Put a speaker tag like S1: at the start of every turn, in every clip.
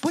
S1: 不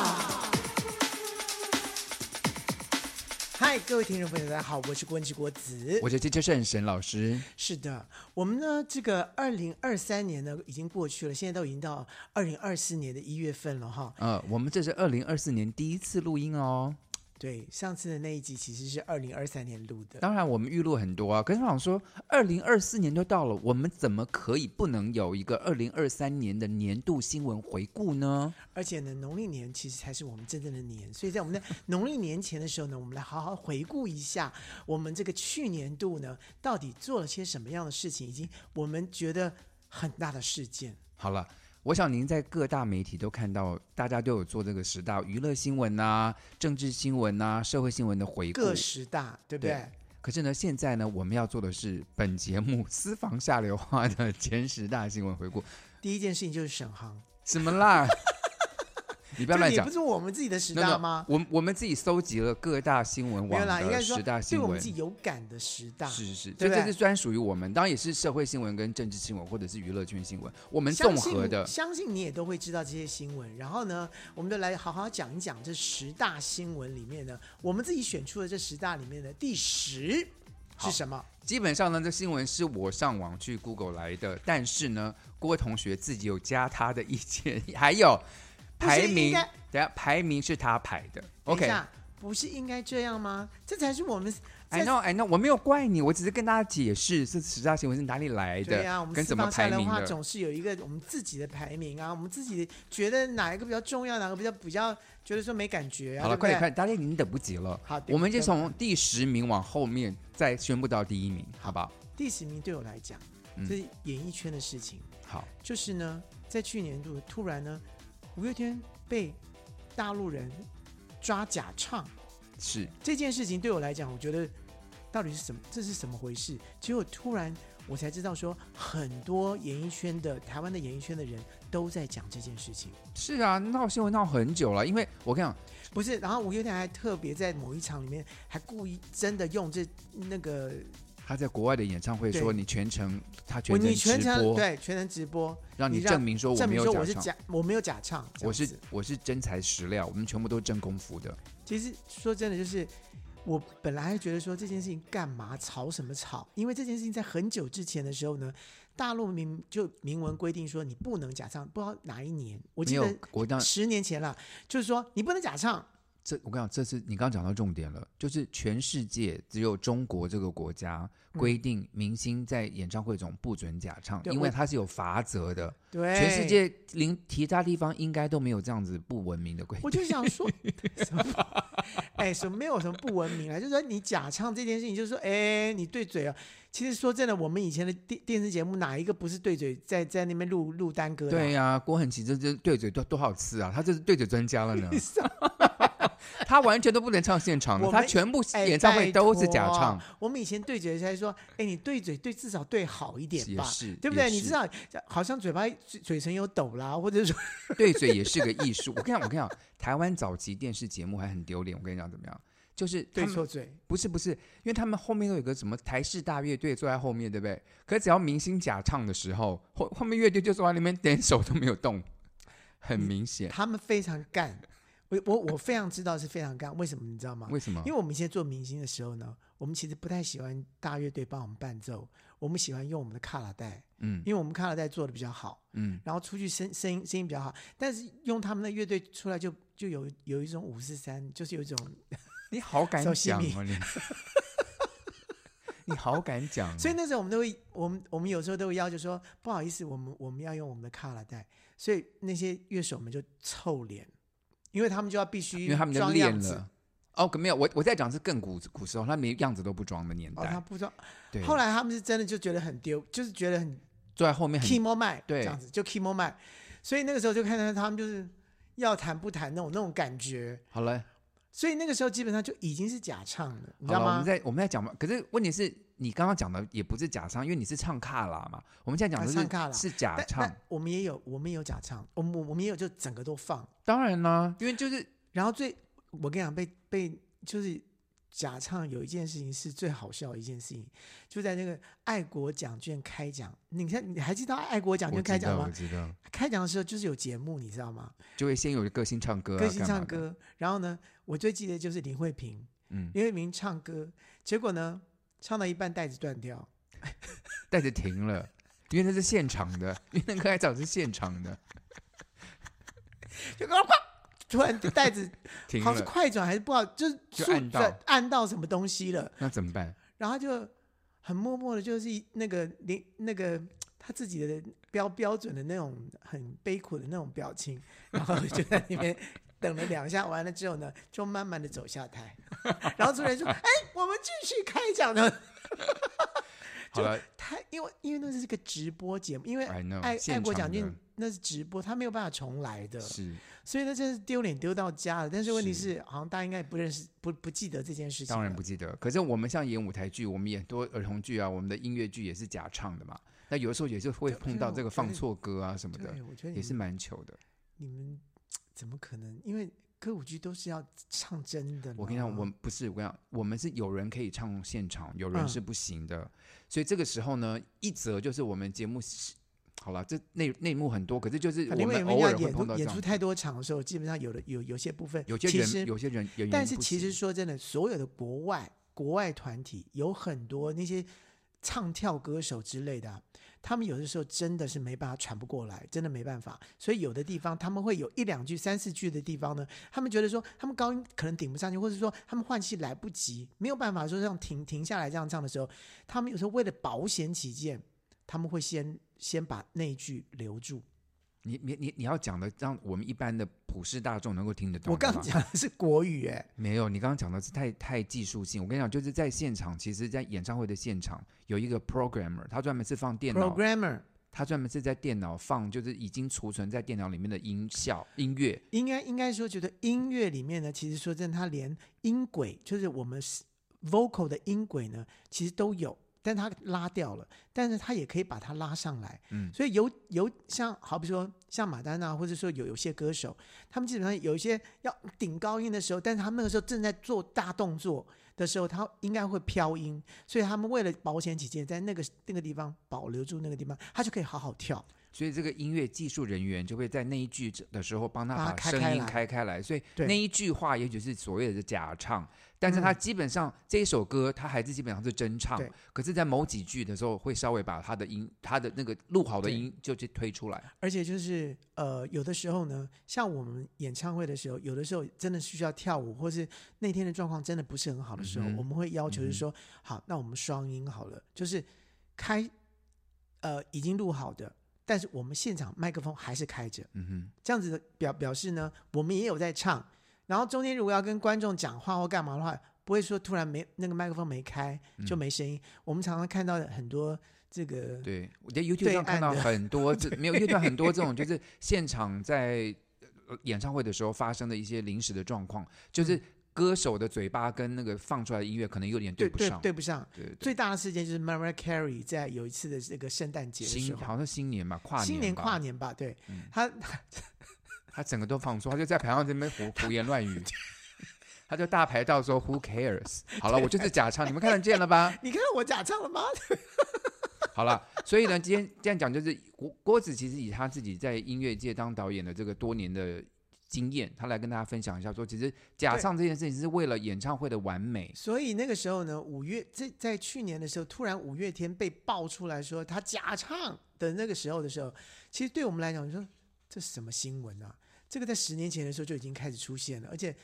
S1: 嗨，各位听众朋友，大家好，我是关志国子。
S2: 我觉得这就是很神老师，
S1: 是的，我们呢，这个二零二三年呢已经过去了，现在都已经到二零二四年的一月份了哈。
S2: 呃，我们这是二零二四年第一次录音哦。
S1: 对，上次的那一集其实是二零二三年录的，
S2: 当然，我们预录很多啊，可是我想说，二零二四年都到了，我们怎么可以不能有一个二零二三年的年度新闻回顾呢？
S1: 而且呢，农历年其实才是我们真正的年，所以在我们的农历年前的时候呢，我们来好好回顾一下我们这个去年度呢到底做了些什么样的事情，以及我们觉得很大的事件。
S2: 好了，我想您在各大媒体都看到，大家都有做这个十大娱乐新闻呐、政治新闻呐、社会新闻的回顾。啊
S1: 各十大，对不对？
S2: 对可是呢，现在呢，我们要做的是本节目私房下流话的 前十大新闻回顾。
S1: 第一件事情就是沈航，
S2: 什么啦？你不
S1: 这
S2: 要乱
S1: 也
S2: 讲
S1: 不。是我们自己的十
S2: No, no，
S1: 大吗？
S2: 我我们自己搜集了各大新闻
S1: 没有
S2: 网
S1: 啦，应该
S2: 的
S1: 说
S2: 十大
S1: 对
S2: 新
S1: 我们
S2: 闻
S1: 自。己有感的十大。
S2: 是是是，
S1: 对
S2: 所以
S1: 不
S2: 这
S1: 对
S2: 是专属于我们，当然也是社会新闻跟政治新闻，或者是娱乐圈新闻，我们
S1: 相
S2: 综
S1: 信
S2: 合的。
S1: 相信你也都会知道这些新闻。然后呢，我们就来好好讲一讲这十大新闻里面呢，我们自己选出的这十大里面的第十是什么？
S2: 基本上呢，这新闻是我上网去 Google 来的，但是呢，郭同学自己有加他的意见， 还有
S1: 不是
S2: 排
S1: 应
S2: 名
S1: 该，
S2: 等下排名是他排的。
S1: 等一
S2: OK，
S1: 下，不是应该这样吗？这才是我们
S2: I
S1: 在
S2: know, I know，我没有怪你，我只是跟大家解释这十大新闻是哪里来的，
S1: 对啊，我们
S2: 跟
S1: 私
S2: 怎么
S1: 房下
S2: 排
S1: 来的
S2: 名
S1: 话，
S2: 的。
S1: 总是有一个我们自己的排名啊，我们自己觉得哪一个比较重要，哪个比较比较觉得说没感觉啊。
S2: 好了，
S1: 对不对
S2: 快点，快点，大家已经等不及了。
S1: 好对
S2: 我们
S1: 对
S2: 就从第十名往后面再宣布到第一名，好不好？
S1: 第十名对我来讲，
S2: 嗯
S1: 这是演艺圈的事情。
S2: 好，
S1: 就是呢，在去年度突然呢，五月天被大陆人抓假唱
S2: 是
S1: 这件事情，对我来讲，我觉得到底是什么，这是怎么回事？结果突然我才知道说，很多演艺圈的台湾的演艺圈的人都在讲这件事情，
S2: 是啊，闹新闻闹很久了，因为我跟你讲，
S1: 不是？然后五月天还特别在某一场里面还故意真的用这那个，
S2: 他在国外的演唱会
S1: 对
S2: 说你全程他全
S1: 我
S2: 程
S1: 你全
S2: 直
S1: 程
S2: 播，
S1: 对全程直播，
S2: 让你
S1: 你让
S2: 证明说我
S1: 证
S2: 没
S1: 明
S2: 有
S1: 说我是
S2: 假唱，
S1: 假，我没有假唱，这样
S2: 我是
S1: 子
S2: 我是真材实料，我们全部都是真功夫的。
S1: 其实说真的，就是我本来还觉得说这件事情干嘛吵什么吵，因为这件事情在很久之前的时候呢，大陆明就明文规定说你不能假唱，不知道哪一年，我
S2: 没
S1: 记
S2: 有
S1: 得，
S2: 我当
S1: 十年前了，就是说你不能假唱。
S2: 这我跟你讲，这是你刚刚讲到重点了，就是全世界只有中国这个国家规定明星在演唱会中不准假唱，
S1: 嗯对
S2: 因为
S1: 我哎
S2: 它是有法则的。
S1: 对，
S2: 全世，界零其他地方应该都没有这样子不文明的规定
S1: 我。就想 说，什么哎，什么没有什么不文明了，啊就是说你假唱这件事情，就是说，哎，你对嘴啊。其实说真的，我们以前的电电视节目哪一个不是对嘴在在那边录录单歌的啊？。
S2: 对呀、郭恒奇这这对嘴多多少次啊？他这是对嘴专家了呢
S1: 上
S2: 他完全都不能唱现场的，
S1: 我们
S2: 他全部
S1: 哎
S2: 演唱会都是假。唱
S1: 拜。托我们以前对嘴才说，哎，你对嘴对至少对好一点吧
S2: 也是，
S1: 对不对？
S2: 也是
S1: 你至少好像嘴巴嘴嘴唇有抖啦，或 者说
S2: 对嘴也是个艺术。我跟你讲，我跟你讲，台湾早期电视节目还很丢脸。我跟你讲怎么样？就是他
S1: 对
S2: 们
S1: 错嘴，
S2: 不是不是，因为他们后面都有个什么台式大乐队坐在后面，对不对？可只要明星假唱的时候，后后面乐队就坐在那边，连手都没有动，很明显。
S1: 他们非常干。我我我非常知道是非常干，为什么你知道吗？
S2: 为什么？
S1: 因为
S2: 为
S1: 我们以前做明星的时候呢，我们其实不太喜欢大乐队帮我们伴奏，我们喜欢用我们的卡拉带，
S2: 嗯
S1: 因为我们卡拉带做的比较好，
S2: 嗯，
S1: 然后出去声声音声音比较好，但是用他们的乐队出来就就有有一种五四三，就是有一种
S2: 你好敢
S1: 小西
S2: 讲
S1: 米
S2: 哦你，你好敢讲哦、
S1: 所以那时候我们都会，我们我们有时候都会要求说，不好意思，我们我们要用我们的卡拉带，所以那些乐手们就臭脸，因为他们就要必须
S2: 啊因为他们就
S1: 装样
S2: 练
S1: 子
S2: 了。哦，可没有，我我在讲是更古古时候，他们连样子都不装的年
S1: 哦，他
S2: 代。
S1: 不知道。
S2: 对，
S1: 后来他们是真的就觉得很丢，就是觉得很
S2: 坐在后面
S1: k i
S2: 很
S1: m o 麦，
S2: 对
S1: 这样子就 k i m o 麦，所以那个时候就看到他们就是要弹不弹那种那种感觉，
S2: 好了，
S1: 所以那个时候基本上就已经是假唱了，你知
S2: 好
S1: 道
S2: 了，我
S1: 吗
S2: 们？在我们在讲嘛，可是问题是你刚刚讲的也不是假唱，因为你是唱卡拉嘛，我们现在讲
S1: 啊
S2: 的
S1: 唱卡拉
S2: 是是假
S1: 但
S2: 唱
S1: 但，我们也有，我们也有假唱，我们我们也有就整个都放，
S2: 当然啦，因为就是
S1: 然后最我跟你讲，被被就是假唱有一件事情是最好笑的一件事情，就在那个爱国奖券开奖，你看你还记得爱国奖
S2: 我
S1: 券开
S2: 知
S1: 奖
S2: 道，
S1: 吗
S2: 我？知道，
S1: 开奖的时候就是有节目，你知道吗？
S2: 就会先有歌星唱歌、啊，
S1: 歌星
S2: 干嘛
S1: 唱
S2: 的，
S1: 歌，然后呢，我最记得就是林慧萍，
S2: 嗯，
S1: 林慧萍唱歌，结果呢，唱到一半带子断掉，
S2: 带着停了，因为那是现场的，因为那个开场是现场的，
S1: 就呱呱，突然 带子
S2: 停
S1: 好像是
S2: 了，
S1: 快转还是不好，就是
S2: 就
S1: 速
S2: 按到
S1: 转按到什么东西了，
S2: 那怎么办？
S1: 然后他就很默默的，就是一那个林那个他自己的标标准的那种很悲苦的那种表情，然后就在那边等了两下，完了之后呢，就慢慢的走下 台，然后主持人说：“哎，我们继续开讲呢。”
S2: 好了，
S1: 他因为因为那是个直播节目，因为
S2: I know，
S1: 哎爱
S2: 哎现
S1: 爱国奖
S2: 场的
S1: 券那是直播，他没有办法重来的，
S2: 是，
S1: 所以呢，真是丢脸丢到家了。但是问题
S2: 是
S1: 是，好像大家应该也不认识，不不记得这件事情了。
S2: 当然不记得。可是我们像演舞台剧，我们演多儿童剧啊，我们的音乐剧也是假唱的嘛。那有的时候也是会
S1: 对
S2: 碰
S1: 对
S2: 到
S1: 我
S2: 这个
S1: 觉
S2: 放
S1: 得
S2: 错歌啊什么的
S1: 对，，我觉得
S2: 也
S1: 你
S2: 是
S1: 们
S2: 蛮糗的。
S1: 你们怎么可能？因为歌舞剧都是要唱真的。
S2: 我跟你讲，我们不是我跟你讲，我们是有人可以唱现场，有人
S1: 嗯
S2: 是不行的。所以这个时候呢，一则就是我们节目是好了，这内内幕很多，可是就是我
S1: 因为
S2: 们
S1: 因为
S2: 偶
S1: 要
S2: 尔会
S1: 演
S2: 碰
S1: 出
S2: 到这
S1: 演
S2: 样
S1: 出
S2: 子。
S1: 太多场的时候，基本上有的有有些部分，
S2: 有些
S1: 其
S2: 人
S1: 实
S2: 有些人演员
S1: 但
S2: 嗯不
S1: 是其
S2: 行
S1: 实说真的，所有的国外国外团体有很多那些唱跳歌手之类的啊，他们有的时候真的是没办法喘不过来，真的没办法。所以有的地方他们会有一两句、三四句的地方呢，他们觉得说他们高音可能顶不上去，或者说他们换气来不及，没有办法说这样停停下来这样唱的时候，他们有时候为了保险起见，他们会先先把那一句留住。
S2: 你你你你要讲的，让我们一般的普世大众能够听得懂。
S1: 我刚讲的是国语、哎。
S2: 没有，你刚刚讲的是太太技术性。我跟你讲，就是在现场，其实，在演唱会的现场有一个 programmer，他专门是放电脑，
S1: programmer
S2: 他专门是在电脑放，就是已经储存在电脑里面的音效、音乐。
S1: 应该应该说，觉得音乐里面呢，其实说真的，它连音轨，就是我们是 vocal 的音轨呢，其实都有，但它拉掉了，但是它也可以把它拉上来。
S2: 嗯
S1: 所以有有像好比说像马丹娜，或者说有有些歌手，他们基本上有一些要顶高音的时候，但是他们那个时候正在做大动作的时候，他应该会飘音，所以他们为了保险起见，在那个那个地方保留住那个地方，他就可以好好跳。
S2: 所以这个音乐技术人员就会在那一句的时候帮他
S1: 把它
S2: 把
S1: 开
S2: 声
S1: 开
S2: 音
S1: 来
S2: 开开来，所以
S1: 对嗯
S2: 那一句话也许是所谓的假唱，但是他基本上这一首歌他还是基本上是真唱
S1: 对，
S2: 可是，在某几句的时候会稍微把他的音，他的那个录好的
S1: 对
S2: 音就去推出来。
S1: 而且就是呃，有的时候呢，像我们演唱会的时候，有的时候真的是需要跳舞，或是那天的状况真的不是很好的时候，
S2: 嗯哼
S1: 我们会要求
S2: 嗯
S1: 是
S2: 哼
S1: 说，好，那我们双音好了，就是开呃已经录好的，但是我们现场麦克风还是开着，
S2: 嗯哼，
S1: 这样子的表表示呢，我们也有在唱。然后中间如果要跟观众讲话或干嘛的话，不会说突然没那个麦克风没开
S2: 嗯
S1: 就没声音。我们常常看到很多这个
S2: 对，我在 YouTube
S1: 对
S2: 上看到
S1: 岸的
S2: 很多这没有 YouTube 上很多这 种，就是现场在呃演唱会的时候发生的一些临时的状况，
S1: 嗯
S2: 就是歌手的嘴巴跟那个放出来的音乐可能有点
S1: 对
S2: 不
S1: 对
S2: 上。
S1: 对不上，
S2: 对对
S1: 最大的事件就是 Mariah Carey 在有一次的这个圣诞节的时
S2: 新
S1: 候，
S2: 好像新年嘛，跨年
S1: 新年
S2: 吧嗯
S1: 跨年吧，对，他
S2: 他整个都放松，他就在台上这边胡胡言乱 语，他就大排到说 Who cares？好了，我就是假唱，你们看得见了吧？
S1: 你看到我假唱了吗？
S2: 好了，所以呢，今天这样讲就是郭郭子其实以他自己在音乐界当导演的这个多年的经验，他来跟大家分享一下说，其实假唱这件事情是为了演唱会的完美，
S1: 所以那个时候呢，五月在在去年的时候，突然五月天被爆出来说他假唱的那个时候的时候，其实对我们来讲，你说这是什么新闻啊？这个在十年前的时候就已经开始出现了，而且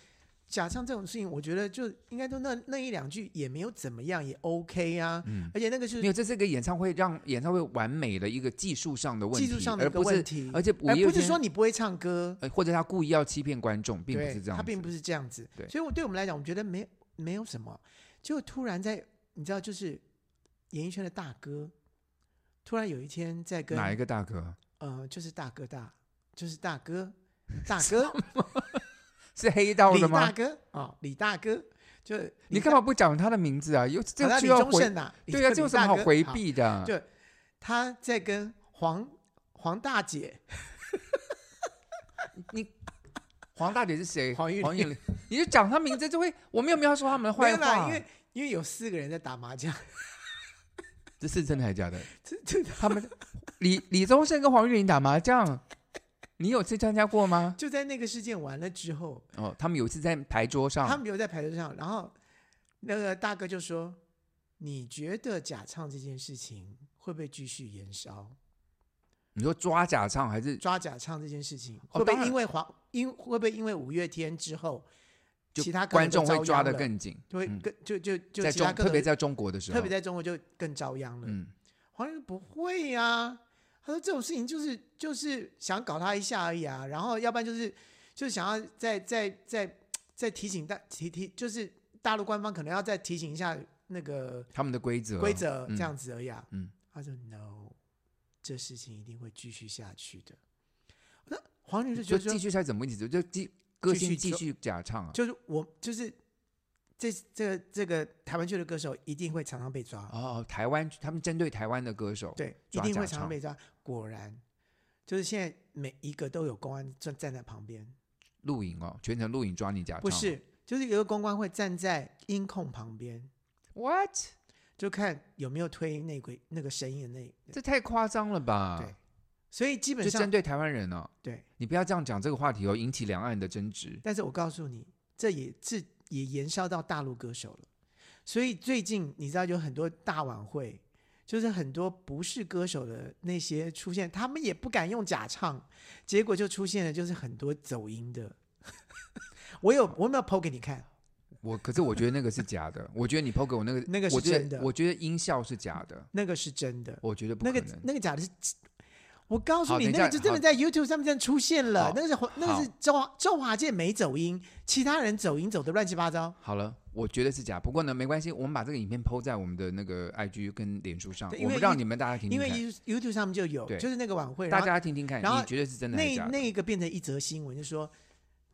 S1: 假唱这种事情，我觉得就应该都那那一两句也没有怎么样，也 OK 啊。
S2: 嗯
S1: 而且那个是
S2: 没有，这是一个演唱会让演唱会完美的一个技术上的问题，
S1: 技术上的一
S2: 而
S1: 个
S2: 不
S1: 问
S2: 是
S1: 题，
S2: 而且五
S1: 而
S2: 月
S1: 不是
S2: 天
S1: 说你不会唱歌，
S2: 呃或者他故意要欺骗观众，并不
S1: 对
S2: 是这样子，
S1: 他并不是这样子。
S2: 对
S1: 所以我对我们来讲，我觉得没没有什么，就突然在你知道，就是演艺圈的大哥，突然有一天在跟
S2: 哪一个大哥
S1: 呃，就是大哥大，就是大 哥，大哥
S2: 是黑道
S1: 李
S2: 的
S1: 大
S2: 吗？
S1: 哥啊、哦李大哥，就
S2: 你干
S1: 嘛？
S2: 嘛不讲他的名字啊？有这
S1: 好
S2: 个
S1: 啦
S2: 需
S1: 李
S2: 要
S1: 宗
S2: 回
S1: 盛呐，
S2: 对啊，
S1: 李
S2: 这有什么好回？
S1: 李大哥
S2: 避的？
S1: 就他在跟黄黄大姐，
S2: 黄大姐是谁？
S1: 黄韵
S2: 黄韵玲，你就讲他名字就会，我没有要说他们的
S1: 没
S2: 坏
S1: 有啦，
S2: 话
S1: 因，为因为有四个人在打麻将，
S2: 这是真的还是假的？
S1: 这这
S2: 他们李李宗盛跟黄玉玲打麻将，你有去参加过吗？
S1: 就在那个事件完了之后，
S2: 哦，他们有一次在牌桌
S1: 他
S2: 上，
S1: 们留在牌桌上，然后那个大哥就说：“你觉得假唱这件事情会不会继续延烧？
S2: 你说抓假唱还是
S1: 抓假唱这件事情会
S2: 哦
S1: 不
S2: 当
S1: 会
S2: 然
S1: 因为黄因会不会因为五月天之后，
S2: 就
S1: 其他歌
S2: 观
S1: 都
S2: 众会
S1: 遭
S2: 抓
S1: 殃
S2: 得
S1: 了
S2: 更紧？
S1: 就会
S2: 嗯
S1: 更就就就
S2: 在
S1: 其他
S2: 中
S1: 歌
S2: 特别
S1: 手
S2: 在中国的时候，
S1: 特别在中国就更遭殃了。
S2: 嗯，
S1: 黄仁不会呀、他说这种事情就是就是想搞他一下而已啊，然后要不然就是就是想要再再再再提醒大提提，就是大陆官方可能要再提醒一下那个
S2: 他们的规则
S1: 规则
S2: 嗯
S1: 这样子而已啊。
S2: 嗯
S1: 他说 no，这事情一定会继续下去的。那黄仁就觉
S2: 就
S1: 得说
S2: 继续下去怎么一直就继歌
S1: 继
S2: 星
S1: 续
S2: 继
S1: 就
S2: 续假唱啊？
S1: 就是我就是这这个这个台湾区的歌手一定会常常被抓。
S2: 哦，台湾他们针对台湾的歌手，
S1: 对，一
S2: 抓
S1: 定
S2: 假
S1: 会常
S2: 唱
S1: 常被抓。果然，就是现在每一个都有公安站站在旁边，
S2: 录影哦，全程录影抓你假唱，
S1: 不是，就是有一个公关会站在音控旁边，
S2: ？What？
S1: 就看有没有推那个那个声音的那，
S2: 这太夸张了吧？
S1: 对所以基本
S2: 就针
S1: 上
S2: 对台湾人哦，
S1: 对。
S2: 你不要这样讲这个话题哦，引起两岸的争执。
S1: 但是我告诉你，这也这也延烧到大陆歌手了。所以最近你知道有很多大晚会，就是很多不是歌手的那些出现，他们也不敢用假唱，结果就出现了就是很多走音的。 我有我有没有剖给你看？
S2: 我可是我觉得那个是假的，我觉得你抛给我那个
S1: 那个是
S2: 我觉得
S1: 真的
S2: 我觉得音效是假的，
S1: 那个是真的，
S2: 我觉得不可
S1: 那个
S2: 能。
S1: 那个假的是，我告诉
S2: 好
S1: 你，
S2: 等一
S1: 那
S2: 下
S1: 个就真的在 YouTube 上面真的出现了
S2: 好，
S1: 那个是黄那个是周华周华健没走音，其他人走音走的乱七八糟。
S2: 好了，我觉得是假，不过呢没关系，我们把这个影片抛在我们的那个 IG 跟脸书上
S1: 对，因
S2: 我
S1: 为
S2: 们让
S1: 一
S2: 你们大家听
S1: 因
S2: 听
S1: 为
S2: 看，
S1: You- YouTube 上面就有，
S2: 对
S1: 就是那个晚会，
S2: 大
S1: 然后
S2: 家听听看，
S1: 然后
S2: 你觉得是真的还是
S1: 那
S2: 假的？
S1: 那个变成一则新闻，就说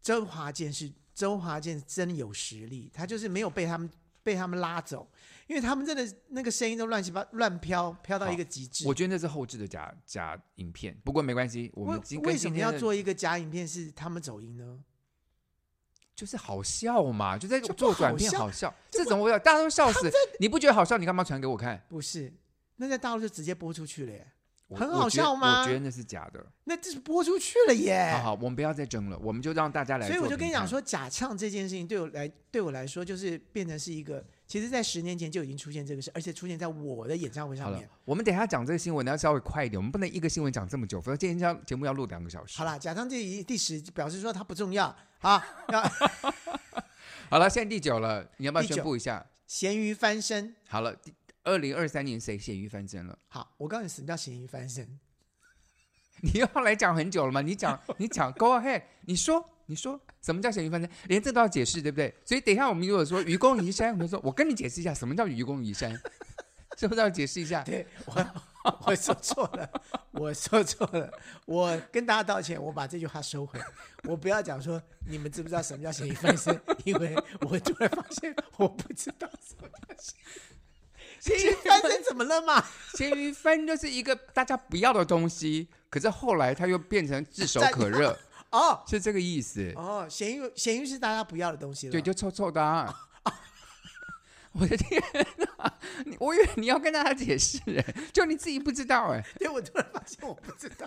S1: 周华健是周华健真有实力，他就是没有被他们被他们拉走，因为他们真的那个声音都乱七八乱飘飘到一个极致。
S2: 我觉得那是后置的假假影片，不过没关系，我
S1: 为
S2: 们今
S1: 为
S2: 跟
S1: 什
S2: 今
S1: 么
S2: 天
S1: 要
S2: 的
S1: 做一个假影片是他们走音呢？
S2: 就是好笑嘛，就在
S1: 就不
S2: 做转片
S1: 好笑
S2: 好笑，这种我要大家都笑死，你不觉得好笑，你干嘛传给我看？
S1: 不是，那在大陆就直接播出去了耶，
S2: 我
S1: 很
S2: 我
S1: 好
S2: 觉得
S1: 笑吗
S2: 我觉得那是假的。
S1: 那这是播出去了耶。
S2: 好好，我们不要再争了，我们就让大家来。
S1: 所以我就跟你讲，说，假唱这件事情对我来对我来说，就是变成是一个，其实，在十年前就已经出现这个事，而且出现在我的演唱会
S2: 好
S1: 上
S2: 了
S1: 面。，
S2: 我们等一下讲这个新闻，你要稍微快一点，我们不能一个新闻讲这么久，否则今天要节目要录两个小时。
S1: 好，啦，假唱这一第十表示说它不重要啊。那
S2: 好了，现在第九了，你要不要
S1: 第九
S2: 宣布一下？
S1: 咸鱼翻身，
S2: 好了，二零二三年谁咸鱼翻身了？
S1: 好，我告诉你什么叫咸鱼翻身。
S2: 你又要来讲很久了吗？你讲，你讲，Go ahead，你说，你说，什么叫咸鱼翻身？连这都要解释，对不对？所以等一下我们如果说愚公移山，我们就说我跟你解释一下什么叫愚公移山，是不是要解释一下？
S1: 对我， 我说错了，我说错了，我跟大家道歉，我把这句话收回。我不要讲说你们知不知道什么叫咸鱼翻身，因为我突然发现我不知道什么叫咸鱼咸鱼翻身怎么了嘛？
S2: 咸鱼翻就是一个大家不要的东西，可是后来它又变成炙手可热，
S1: 哦，
S2: 是这个意思。
S1: 哦，咸鱼咸鱼是大家不要的东西了。
S2: 对，就臭臭的、啊。 我的天啊！你我以为你要跟大家解释，哎就你自己不知道哎。
S1: 对我突然发现我不知道。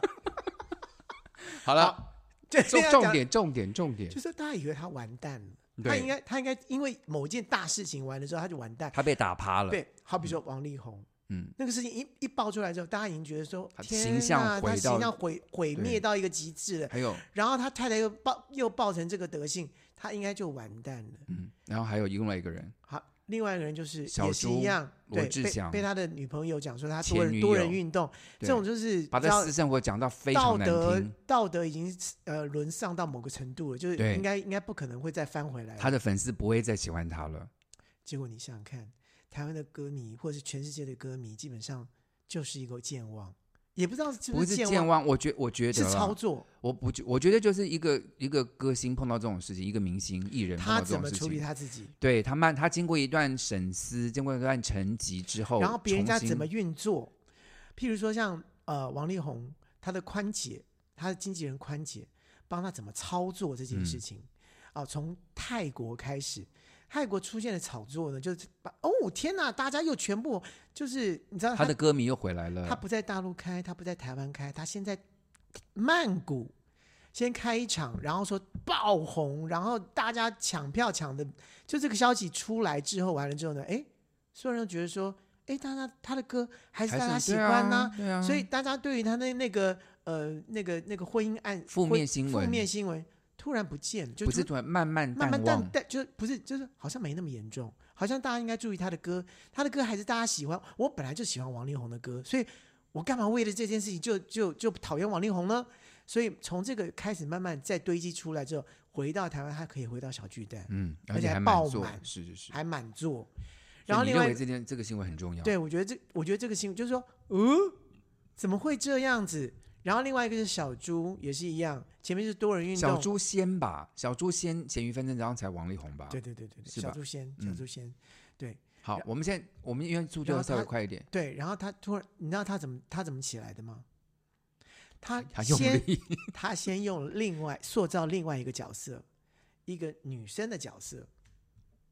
S2: 好了，
S1: 对，
S2: 重
S1: 要
S2: 重
S1: 讲，
S2: 点，重点，重点
S1: 就，是大家以为他完蛋了，他
S2: 对
S1: 应该他应该因为某件大事情完了之后他就完蛋。
S2: 他被打趴了。
S1: 对，好比说王力宏。
S2: 嗯，
S1: 那个事情一一爆出来之后，大家已经觉得说，
S2: 他
S1: 天
S2: 形象
S1: 呐
S2: 毁
S1: 他
S2: 到
S1: 形象毁毁灭
S2: 对
S1: 到一个极致了。
S2: 还有
S1: 然后他太太又爆又爆成这个德性，他应该就完蛋了。
S2: 嗯，然后还有另外一个人，
S1: 好，另外一个人就是
S2: 小
S1: 也是
S2: 猪
S1: 一样，
S2: 罗
S1: 对，
S2: 志
S1: 被
S2: 祥
S1: 被他的女朋友讲说他
S2: 前
S1: 多
S2: 女
S1: 人多人
S2: 友
S1: 运动，这
S2: 对
S1: 种就是
S2: 把
S1: 比
S2: 他
S1: 较
S2: 私生活讲到非
S1: 道
S2: 常难
S1: 德
S2: 听，
S1: 道德已经呃沦丧到某个程度了，就是
S2: 对
S1: 应该应该不可能会再翻回来了。
S2: 他的粉丝不会再喜欢他了。
S1: 结果你想想看，台湾的歌迷或是全世界的歌迷，基本上就是一个健忘，也不知道是
S2: 不
S1: 是
S2: 是
S1: 健
S2: 健忘，我觉我觉
S1: 是
S2: 得
S1: 操
S2: 啦，
S1: 作，
S2: 我不觉我觉得就是一个一个歌星碰到这种事情，一个明星艺人碰
S1: 他
S2: 到这
S1: 怎
S2: 种
S1: 么
S2: 事
S1: 处理
S2: 情，
S1: 他自己，
S2: 对他慢，他经过一段审思，经过一段沉寂之后，
S1: 然后别人家
S2: 哦重新
S1: 怎么运作。譬如说像呃王力宏，
S2: 嗯
S1: 他的宽姐，他的经纪人宽姐帮他怎么操作这件事情。哦、从泰国开始，泰国出现的炒作呢，就是把哦天哪，大家又全部就是你知道
S2: 他的歌迷又回来了。
S1: 他不在大陆开，他不在台湾开，他先在曼谷先开一场，然后说爆红，然后大家抢票抢的，就这个消息出来之后，完了之后呢，哎，所有人都觉得说，哎，大家他的歌还是大家
S2: 还是
S1: 喜欢呐、
S2: 对啊对啊
S1: 所以大家对于他那那个呃那个那个婚姻案
S2: 负
S1: 婚
S2: 面新闻
S1: 负面新闻突然不见了，就
S2: 不是
S1: 突
S2: 突然慢慢
S1: 慢
S2: 淡
S1: 慢
S2: 忘，
S1: 淡淡，就不是就是好像没那么严重，好像大家应该注意他的歌，他的歌还是大家喜欢。我本来就喜欢王力宏的歌，所以我干嘛为了这件事情就就就讨厌王力宏呢？所以从这个开始慢慢再堆积出来之后，回到台湾，他可以回到小巨蛋，
S2: 嗯，
S1: 而
S2: 而
S1: 且还
S2: 还
S1: 爆
S2: 满座
S1: 满，
S2: 是是是。
S1: 还满座。
S2: 所以
S1: 然后
S2: 你
S1: 另
S2: 认
S1: 外
S2: 为这件这个新闻很重要，，
S1: 对，我觉得这，我觉得这个新闻就是说，嗯，怎么会这样子？然后另外一个是小猪，也是一样，前面是多人运动，
S2: 小猪先吧，小猪先咸鱼翻身，然后才王力宏吧。
S1: 对，对对对对，
S2: 是
S1: 小
S2: 吧
S1: 猪先，
S2: 嗯
S1: 小猪先，对
S2: 好，我们现在我们因为速度
S1: 然后
S2: 要稍微
S1: 他
S2: 快一点，
S1: 对。然后他突然，你知道他怎么他怎么起来的吗？他
S2: 他用
S1: 先
S2: 力，
S1: 他先用另外塑造另外一个角色，一个女生的角色，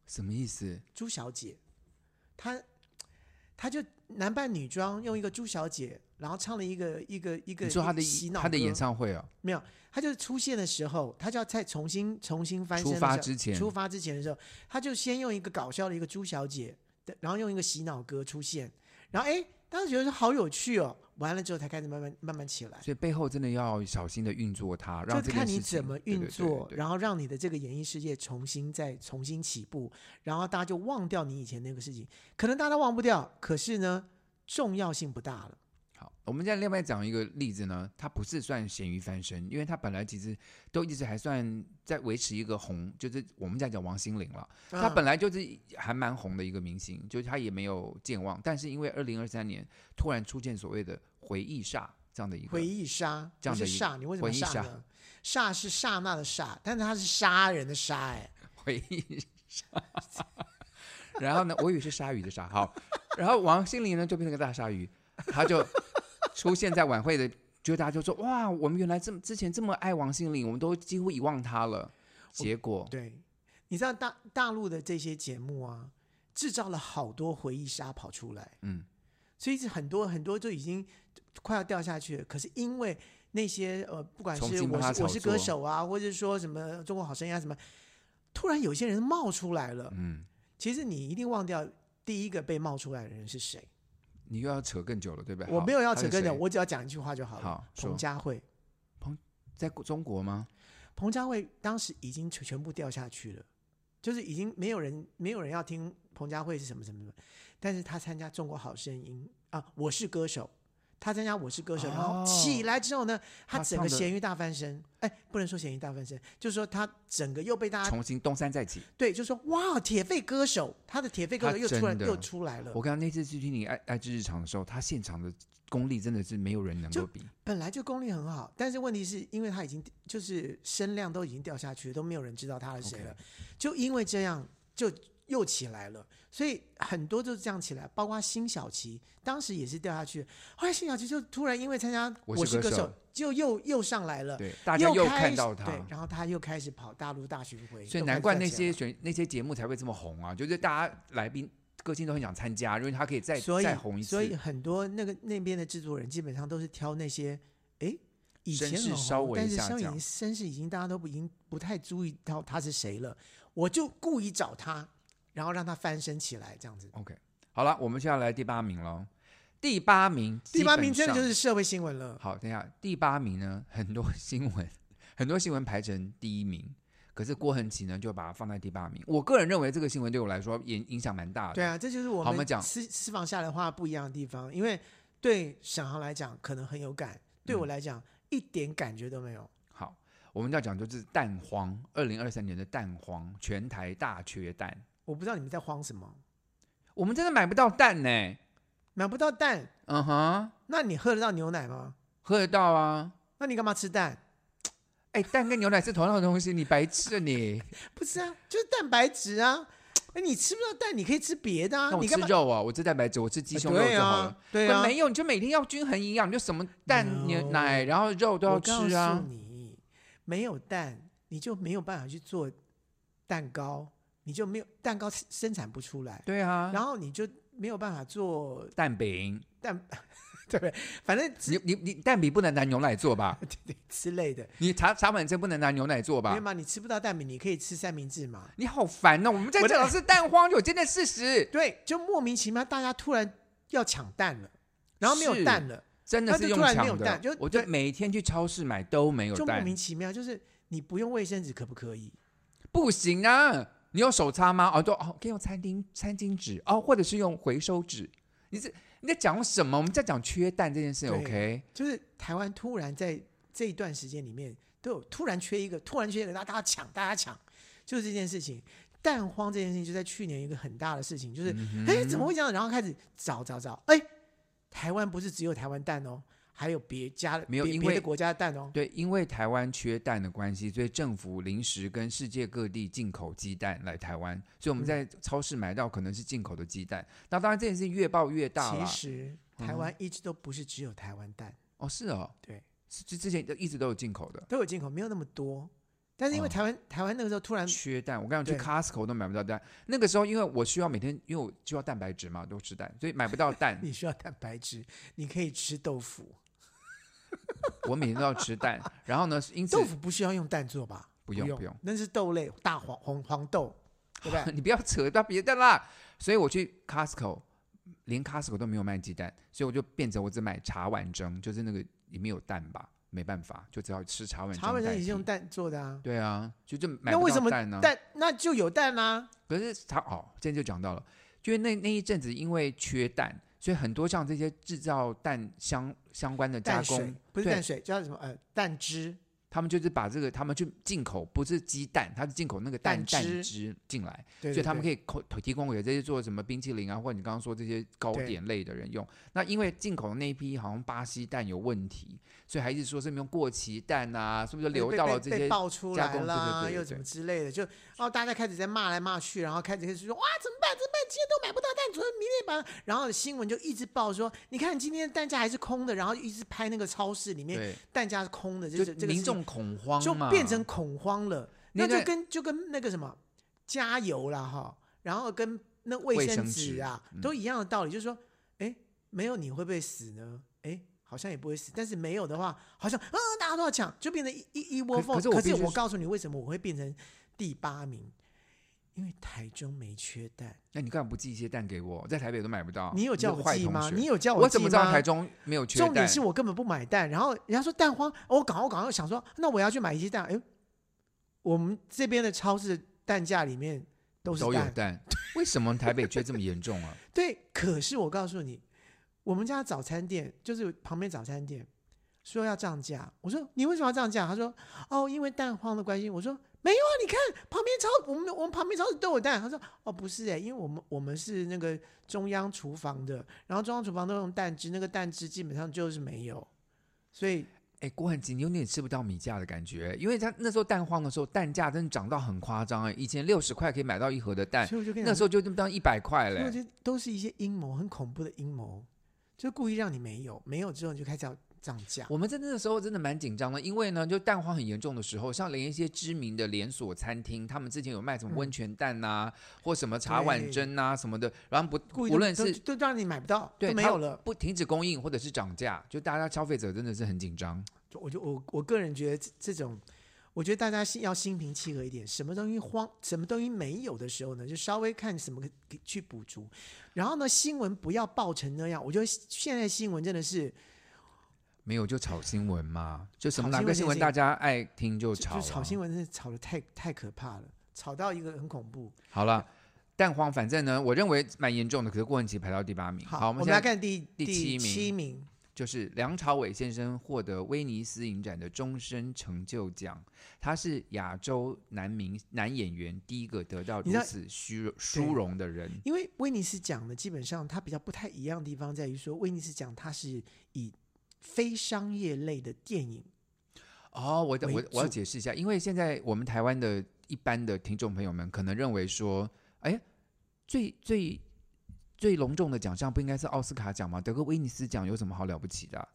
S2: 什么 意思？
S1: 朱小姐，她她就男扮女装，用一个朱小姐，然后唱了一个一个一个
S2: 你说他的
S1: 洗脑
S2: 他的
S1: 歌
S2: 演唱会哦，
S1: 没有，他就是出现的时候，他就要再重新重新翻身的
S2: 出发
S1: 时候
S2: 之前
S1: 出发之前的时候，他就先用一个搞笑的一个朱小姐的，然后用一个洗脑歌出现，然后哎，当时觉得说好有趣哦，完了之后才开始慢慢慢慢起来，
S2: 所以背后真的要小心的运作它，让
S1: 就
S2: 这
S1: 看
S2: 件
S1: 你
S2: 事情
S1: 怎么
S2: 对
S1: 运
S2: 对对
S1: 作，
S2: 对
S1: 然后让你的这个演艺世界重新再重新起步，然后大家就忘掉你以前那个事情，可能大家忘不掉，可是呢，重要性不大了。
S2: 好，我们再另外讲一个例子呢，它不是算咸鱼翻身，因为它本来其实都一直还算在维持一个红，就是我们在讲王心凌了，她
S1: 嗯
S2: 本来就是还蛮红的一个明星，就是她也没有健忘，但是因为二零二三年突然出现所谓的回忆煞这样的一个
S1: 回忆杀，
S2: 这样
S1: 不
S2: 的
S1: 是
S2: 一个
S1: 煞，你为什么
S2: 回忆
S1: 煞
S2: 杀
S1: 呢？煞是刹那的煞，但是它是杀人的杀、哎，
S2: 回忆鲨。然后呢，我以为是鲨鱼的鲨，好，然后王心凌呢就变成个大鲨鱼，她就出现在晚会的，就大家就说哇，我们原来这么之前这么爱王心凌，我们都几乎遗忘她了。结果
S1: 对，你知道大大陆的这些节目啊，制造了好多回忆杀跑出来，
S2: 嗯，
S1: 所以是很多很多就已经快要掉下去了。可是因为那些呃，不管
S2: 重
S1: 是
S2: 新帮
S1: 我
S2: 他
S1: 是我
S2: 炒
S1: 是歌
S2: 作
S1: 手啊，或者说什么中国好声音啊什么，突然有些人冒出来了，
S2: 嗯，
S1: 其实你一定忘掉第一个被冒出来的人是谁。
S2: 你又要扯更久了，对不对？
S1: 我
S2: 好
S1: 没有要
S2: 她
S1: 扯
S2: 是
S1: 跟的，
S2: 谁
S1: 我只要讲一句话就好了。
S2: 好
S1: 彭
S2: 说
S1: 佳慧。
S2: 在中国吗？
S1: 彭佳慧当时已经全全部掉下去了，就是已经没有人没有人要听彭佳慧是什么什么什么，但是她参加《中国好声音》啊，《我是歌手》，她参加《我是歌手》，然后
S2: 哦
S1: 起来之后呢，她
S2: 她
S1: 整
S2: 唱
S1: 个
S2: 得
S1: 咸鱼大翻身，哎，不能说咸鱼大翻身，就是说她整个又被大家
S2: 重新东山再起。
S1: 对，就是说哇，铁肺歌手，她的铁肺歌手
S2: 她
S1: 又出来
S2: 真的
S1: 又出来了
S2: 我，刚刚那次去听你爱爱之日常的时候，她现场的功力真的是没有人能
S1: 就
S2: 够比。
S1: 本来就功力很好，但是问题是因为她已经就是声量都已经掉下去了，都没有人知道她是谁了
S2: OK
S1: 就因为这样就又起来了，所以很多就是这样起来，包括辛晓琪当时也是掉下去，后来辛晓琪就突然因为参加《
S2: 我
S1: 我
S2: 是
S1: 是歌
S2: 歌
S1: 手
S2: 手》
S1: 就又又上来了，
S2: 对，大家又
S1: 开
S2: 看
S1: 始
S2: 到她。
S1: 对，然后她又开始跑大陆大巡回，
S2: 所
S1: 又开
S2: 以
S1: 始
S2: 难怪
S1: 赚
S2: 那
S1: 钱
S2: 些
S1: 了
S2: 选那些节目才会这么红啊，就是大家来宾歌星都很想参加，因为他可以再
S1: 所以
S2: 再红一次。
S1: 所以很多那个那边的制作人基本上都是挑那些，哎，以前
S2: 声势
S1: 很
S2: 稍
S1: 红，
S2: 微
S1: 但是
S2: 下
S1: 声已
S2: 降
S1: 经声势已经大家都不已经不太注意到他是谁了，我就故意找他，然后让他翻身起来，这样子。
S2: OK，好了，我们接下来第八名喽。第八名，
S1: 第
S2: 基
S1: 八
S2: 本
S1: 名真的
S2: 上
S1: 就是社会新闻了，
S2: 好。等一下，第八名呢，很多新闻，很多新闻排成第一名，可是郭恒奇呢就把它放在第八名。我个人认为这个新闻对我来说影影响蛮大的。
S1: 对啊，这就是我
S2: 好我
S1: 们
S2: 们讲
S1: 私私房下来的话不一样的地方，因为对沈航来讲可能很有感，对
S2: 嗯
S1: 我来讲、一点感觉都没有。
S2: 好，我们要讲就是蛋荒，二零二三年的蛋荒，全台大缺蛋，
S1: 我不知道你们在慌什么，
S2: 我们真的买不到蛋呢、
S1: 买不到蛋，
S2: 嗯哼，
S1: 那你喝得到牛奶吗？
S2: 喝得到啊。
S1: 那你干嘛吃蛋？
S2: 哎，蛋跟牛奶是同样的东西，你白痴啊你！
S1: 不是啊，就是蛋白质啊。哎，你吃不到蛋，你可以吃别 的啊
S2: 那。我
S1: 你
S2: 吃
S1: 干嘛？
S2: 肉啊，我吃蛋白质，我吃鸡胸肉
S1: 对
S2: 就好
S1: 啊
S2: 了。，
S1: 对
S2: 但
S1: 啊。
S2: 没有，你就每天要均衡营养，你就什么蛋、牛
S1: No
S2: 奶，然后肉都要
S1: 我告
S2: 吃
S1: 诉
S2: 啊。
S1: 你，没有蛋，你就没有办法去做蛋糕，你就没有蛋糕生产不出来，
S2: 对啊，
S1: 然后你就没有办法做
S2: 蛋饼，
S1: 蛋，对不对？反正之
S2: 你你你蛋饼不能拿牛奶做 吧？
S1: 之类的，
S2: 你茶茶碗蒸不能拿牛奶做
S1: 因
S2: 吧
S1: 为？嘛，你吃不到蛋饼，你可以吃三明治嘛。
S2: 你好烦哦！我们在
S1: 我的
S2: 讲的是蛋荒有真的事实，
S1: 对，就莫名其妙大家突然要抢蛋了，然后没有
S2: 是
S1: 蛋了，
S2: 真的
S1: 那
S2: 是
S1: 就
S2: 用
S1: 突然没
S2: 抢
S1: 有
S2: 的
S1: 蛋就。
S2: 我就
S1: 对
S2: 每天去超市买都没有
S1: 就莫
S2: 蛋，
S1: 名其妙，就是你不用卫生纸可不可以？
S2: 不行啊！你有手擦吗？哦，都哦，可以用餐巾餐巾纸哦，或者是用回收纸。你是你在讲什么？我们在讲缺蛋这件事
S1: 对
S2: ，OK？
S1: 就是台湾突然在这一段时间里面都有突然缺一个，突然缺一个，大家大家抢，大家抢，就是这件事情。蛋荒这件事情就在去年一个很大的事情，就是
S2: 嗯
S1: 哎、怎么会这样？然后开始找找找，哎，台湾不是只有台湾蛋哦，还有别家的
S2: 没有
S1: 别
S2: 因
S1: 别
S2: 为
S1: 的国家的蛋哦。
S2: 对，因为台湾缺蛋的关系，所以政府临时跟世界各地进口鸡蛋来台湾，所以我们
S1: 嗯
S2: 在超市买到可能是进口的鸡蛋。那当然这件事越爆越大
S1: 其
S2: 了。嗯
S1: 实台湾一直都不是只有台湾蛋，
S2: 哦，是哦，
S1: 对，
S2: 是之之前一直都有进口的。
S1: 都有进口，没有那么多。但是因为
S2: 哦
S1: 台湾、台湾那个时候突然
S2: 缺蛋，我刚刚去
S1: 嗯对。
S2: Costco 都买不到蛋。那个时候，因为我需要每天，因为我需要蛋白质嘛，都吃蛋，所以买不到 蛋
S1: 你需要蛋白质，你可以吃豆腐，
S2: 我每天都要吃蛋。然后呢，因此
S1: 豆腐不需要用蛋做吧？
S2: 不用不用，
S1: 那是豆类，大黄红黄豆，对不对？
S2: 你不要扯到别的啦。所以我去 Costco，连 Costco 都没有卖鸡蛋，所以我就变成我只买茶碗蒸，就是那个里面有蛋吧，没办法，就只好吃茶碗蒸。
S1: 茶碗蒸也是用
S2: 蛋。
S1: 蛋做的啊，
S2: 对啊，就就买
S1: 那
S2: 不
S1: 为什
S2: 到
S1: 么
S2: 蛋呢、
S1: 蛋那就有蛋啊啦、
S2: 可是茶哦，现在就讲到了，就是那那一阵子因为缺蛋，所以很多像这些制造蛋相相关的加
S1: 蛋水
S2: 工，
S1: 不是
S2: 对
S1: 蛋水，叫什么？呃，蛋汁，
S2: 他们就是把这个他们去进口，不是鸡蛋，它是进口那个蛋
S1: 蛋
S2: 蛋
S1: 汁
S2: 汁进来。
S1: 对
S2: 所以他们可
S1: 以
S2: 以口提供给这些做什么冰淇淋啊，或者你刚刚说这些糕
S1: 对
S2: 点类的人用。那因为进口的那一批好像巴西蛋有问题，所以还一直说是没有过期蛋啊，是不是流到了这些？
S1: 爆出
S2: 加
S1: 来
S2: 工对对
S1: 啦，
S2: 对对
S1: 又
S2: 对
S1: 怎么之类的，就哦，大家开始在骂来骂去，然后开始开始说哇，怎么办？怎么办？今天都买不到蛋，昨天明天买，然后新闻就一直报说，你看今天的蛋价还是空的，然后一直拍那个超市里面
S2: 对，
S1: 蛋价是空的，
S2: 就
S1: 就是这个事
S2: 民
S1: 情
S2: 众恐慌啊
S1: 就
S2: 嘛，
S1: 变成恐慌了。
S2: 那
S1: 那
S2: 段
S1: 就跟就跟那个什么加油啦哈，然后跟那卫生纸啊
S2: 卫生纸嗯
S1: 都一样的道理，就是说，哎，没有你会不会死呢？哎，好像也不会死，但是没有的话，好像嗯大家都要抢，就变成一一一窝蜂。
S2: 可是
S1: 可
S2: 我必须
S1: 是我
S2: 说
S1: 告诉你，为什么我会变成第八名？因为台中没缺蛋，
S2: 那哎你干嘛不寄一些蛋给我？在台北都买不到。
S1: 你有叫
S2: 个
S1: 我
S2: 啊坏
S1: 寄
S2: 同
S1: 吗？
S2: 学
S1: 你有叫
S2: 我
S1: 寄
S2: 怎么
S1: 吗？
S2: 知道台中没有缺蛋？
S1: 重点是我根本不买蛋，然后人家说蛋荒，哦我赶快赶快想说，那我要去买一些蛋。哎，我们这边的超市蛋价里面都是
S2: 都有
S1: 蛋，
S2: 蛋，为什么台北缺这么严重啊？
S1: 对。可是我告诉你，我们家早餐店就是旁边早餐店说要涨价，我说你为什么要涨价？他说哦，因为蛋荒的关系。我说没有啊，你看旁边超我们我们旁边超市都有蛋。他说哦不是哎，因为我们我们是那个中央厨房的，然后中央厨房都用蛋汁，那个蛋汁基本上就是没有，所以。
S2: 哎，郭汉吉，你有点吃不到米价的感觉，因为他那时候蛋荒的时候，蛋价真的涨到很夸张哎、以前六十块可以买到一盒的蛋，
S1: 所以我就跟你
S2: 哎那
S1: 讲
S2: 时候就这么当一百块
S1: 所以我
S2: 嘞。
S1: 觉得都是一些阴谋，很恐怖的阴谋，就故意让你没有，没有之后你就开始要涨价。
S2: 我们在那个时候真的蛮紧张的，因为呢，就蛋荒很严重的时候，像连一些知名的连锁餐厅，他们之前有卖什么温泉蛋呐、或什么茶碗
S1: 嗯对
S2: 蒸啊什么的，然后不
S1: 故意
S2: 无论
S1: 都
S2: 是
S1: 都都让你买不到，
S2: 对
S1: 都没
S2: 它
S1: 有了。
S2: 不停止供应或者是涨价，就大家消费者真的是很紧张。
S1: 就我就我我个人觉得这这种，我觉得大家心要心平气和一点。什么东西荒，什么东西没有的时候呢，就稍微看什么个给去补足。然后呢，新闻不要爆成那样。我觉得现在新闻真的是
S2: 没有就炒新闻嘛，就什么
S1: 炒
S2: 哪
S1: 新闻
S2: 个新闻
S1: 这件事情
S2: 大家爱听就
S1: 就
S2: 炒、啊，
S1: 就炒新闻，真的炒的太太可怕了，炒到一个很恐怖。
S2: 好了，蛋荒反正呢，我认为蛮严重的，可是郭文琪排到第八名。
S1: 好，
S2: 我
S1: 我
S2: 们
S1: 们
S2: 现
S1: 来
S2: 在
S1: 看第
S2: 第七
S1: 七
S2: 名
S1: 名
S2: 就是梁朝伟先生获得威尼斯影展的终身成就奖，他是亚洲男明男演员第一个得到
S1: 你
S2: 如
S1: 知道
S2: 此虚殊荣的人。
S1: 因为威尼斯奖呢，基本上它比较不太一样的地方在于说，威尼斯奖它是以非商业类的电影，
S2: 哦，我的我
S1: 为
S2: 我要
S1: 主
S2: 解释一下，因为现在我们台湾的一般的听众朋友们可能认为说，哎，最最最隆重的奖项不应该是奥斯卡奖吗？得个威尼斯奖有什么好了不起的啊、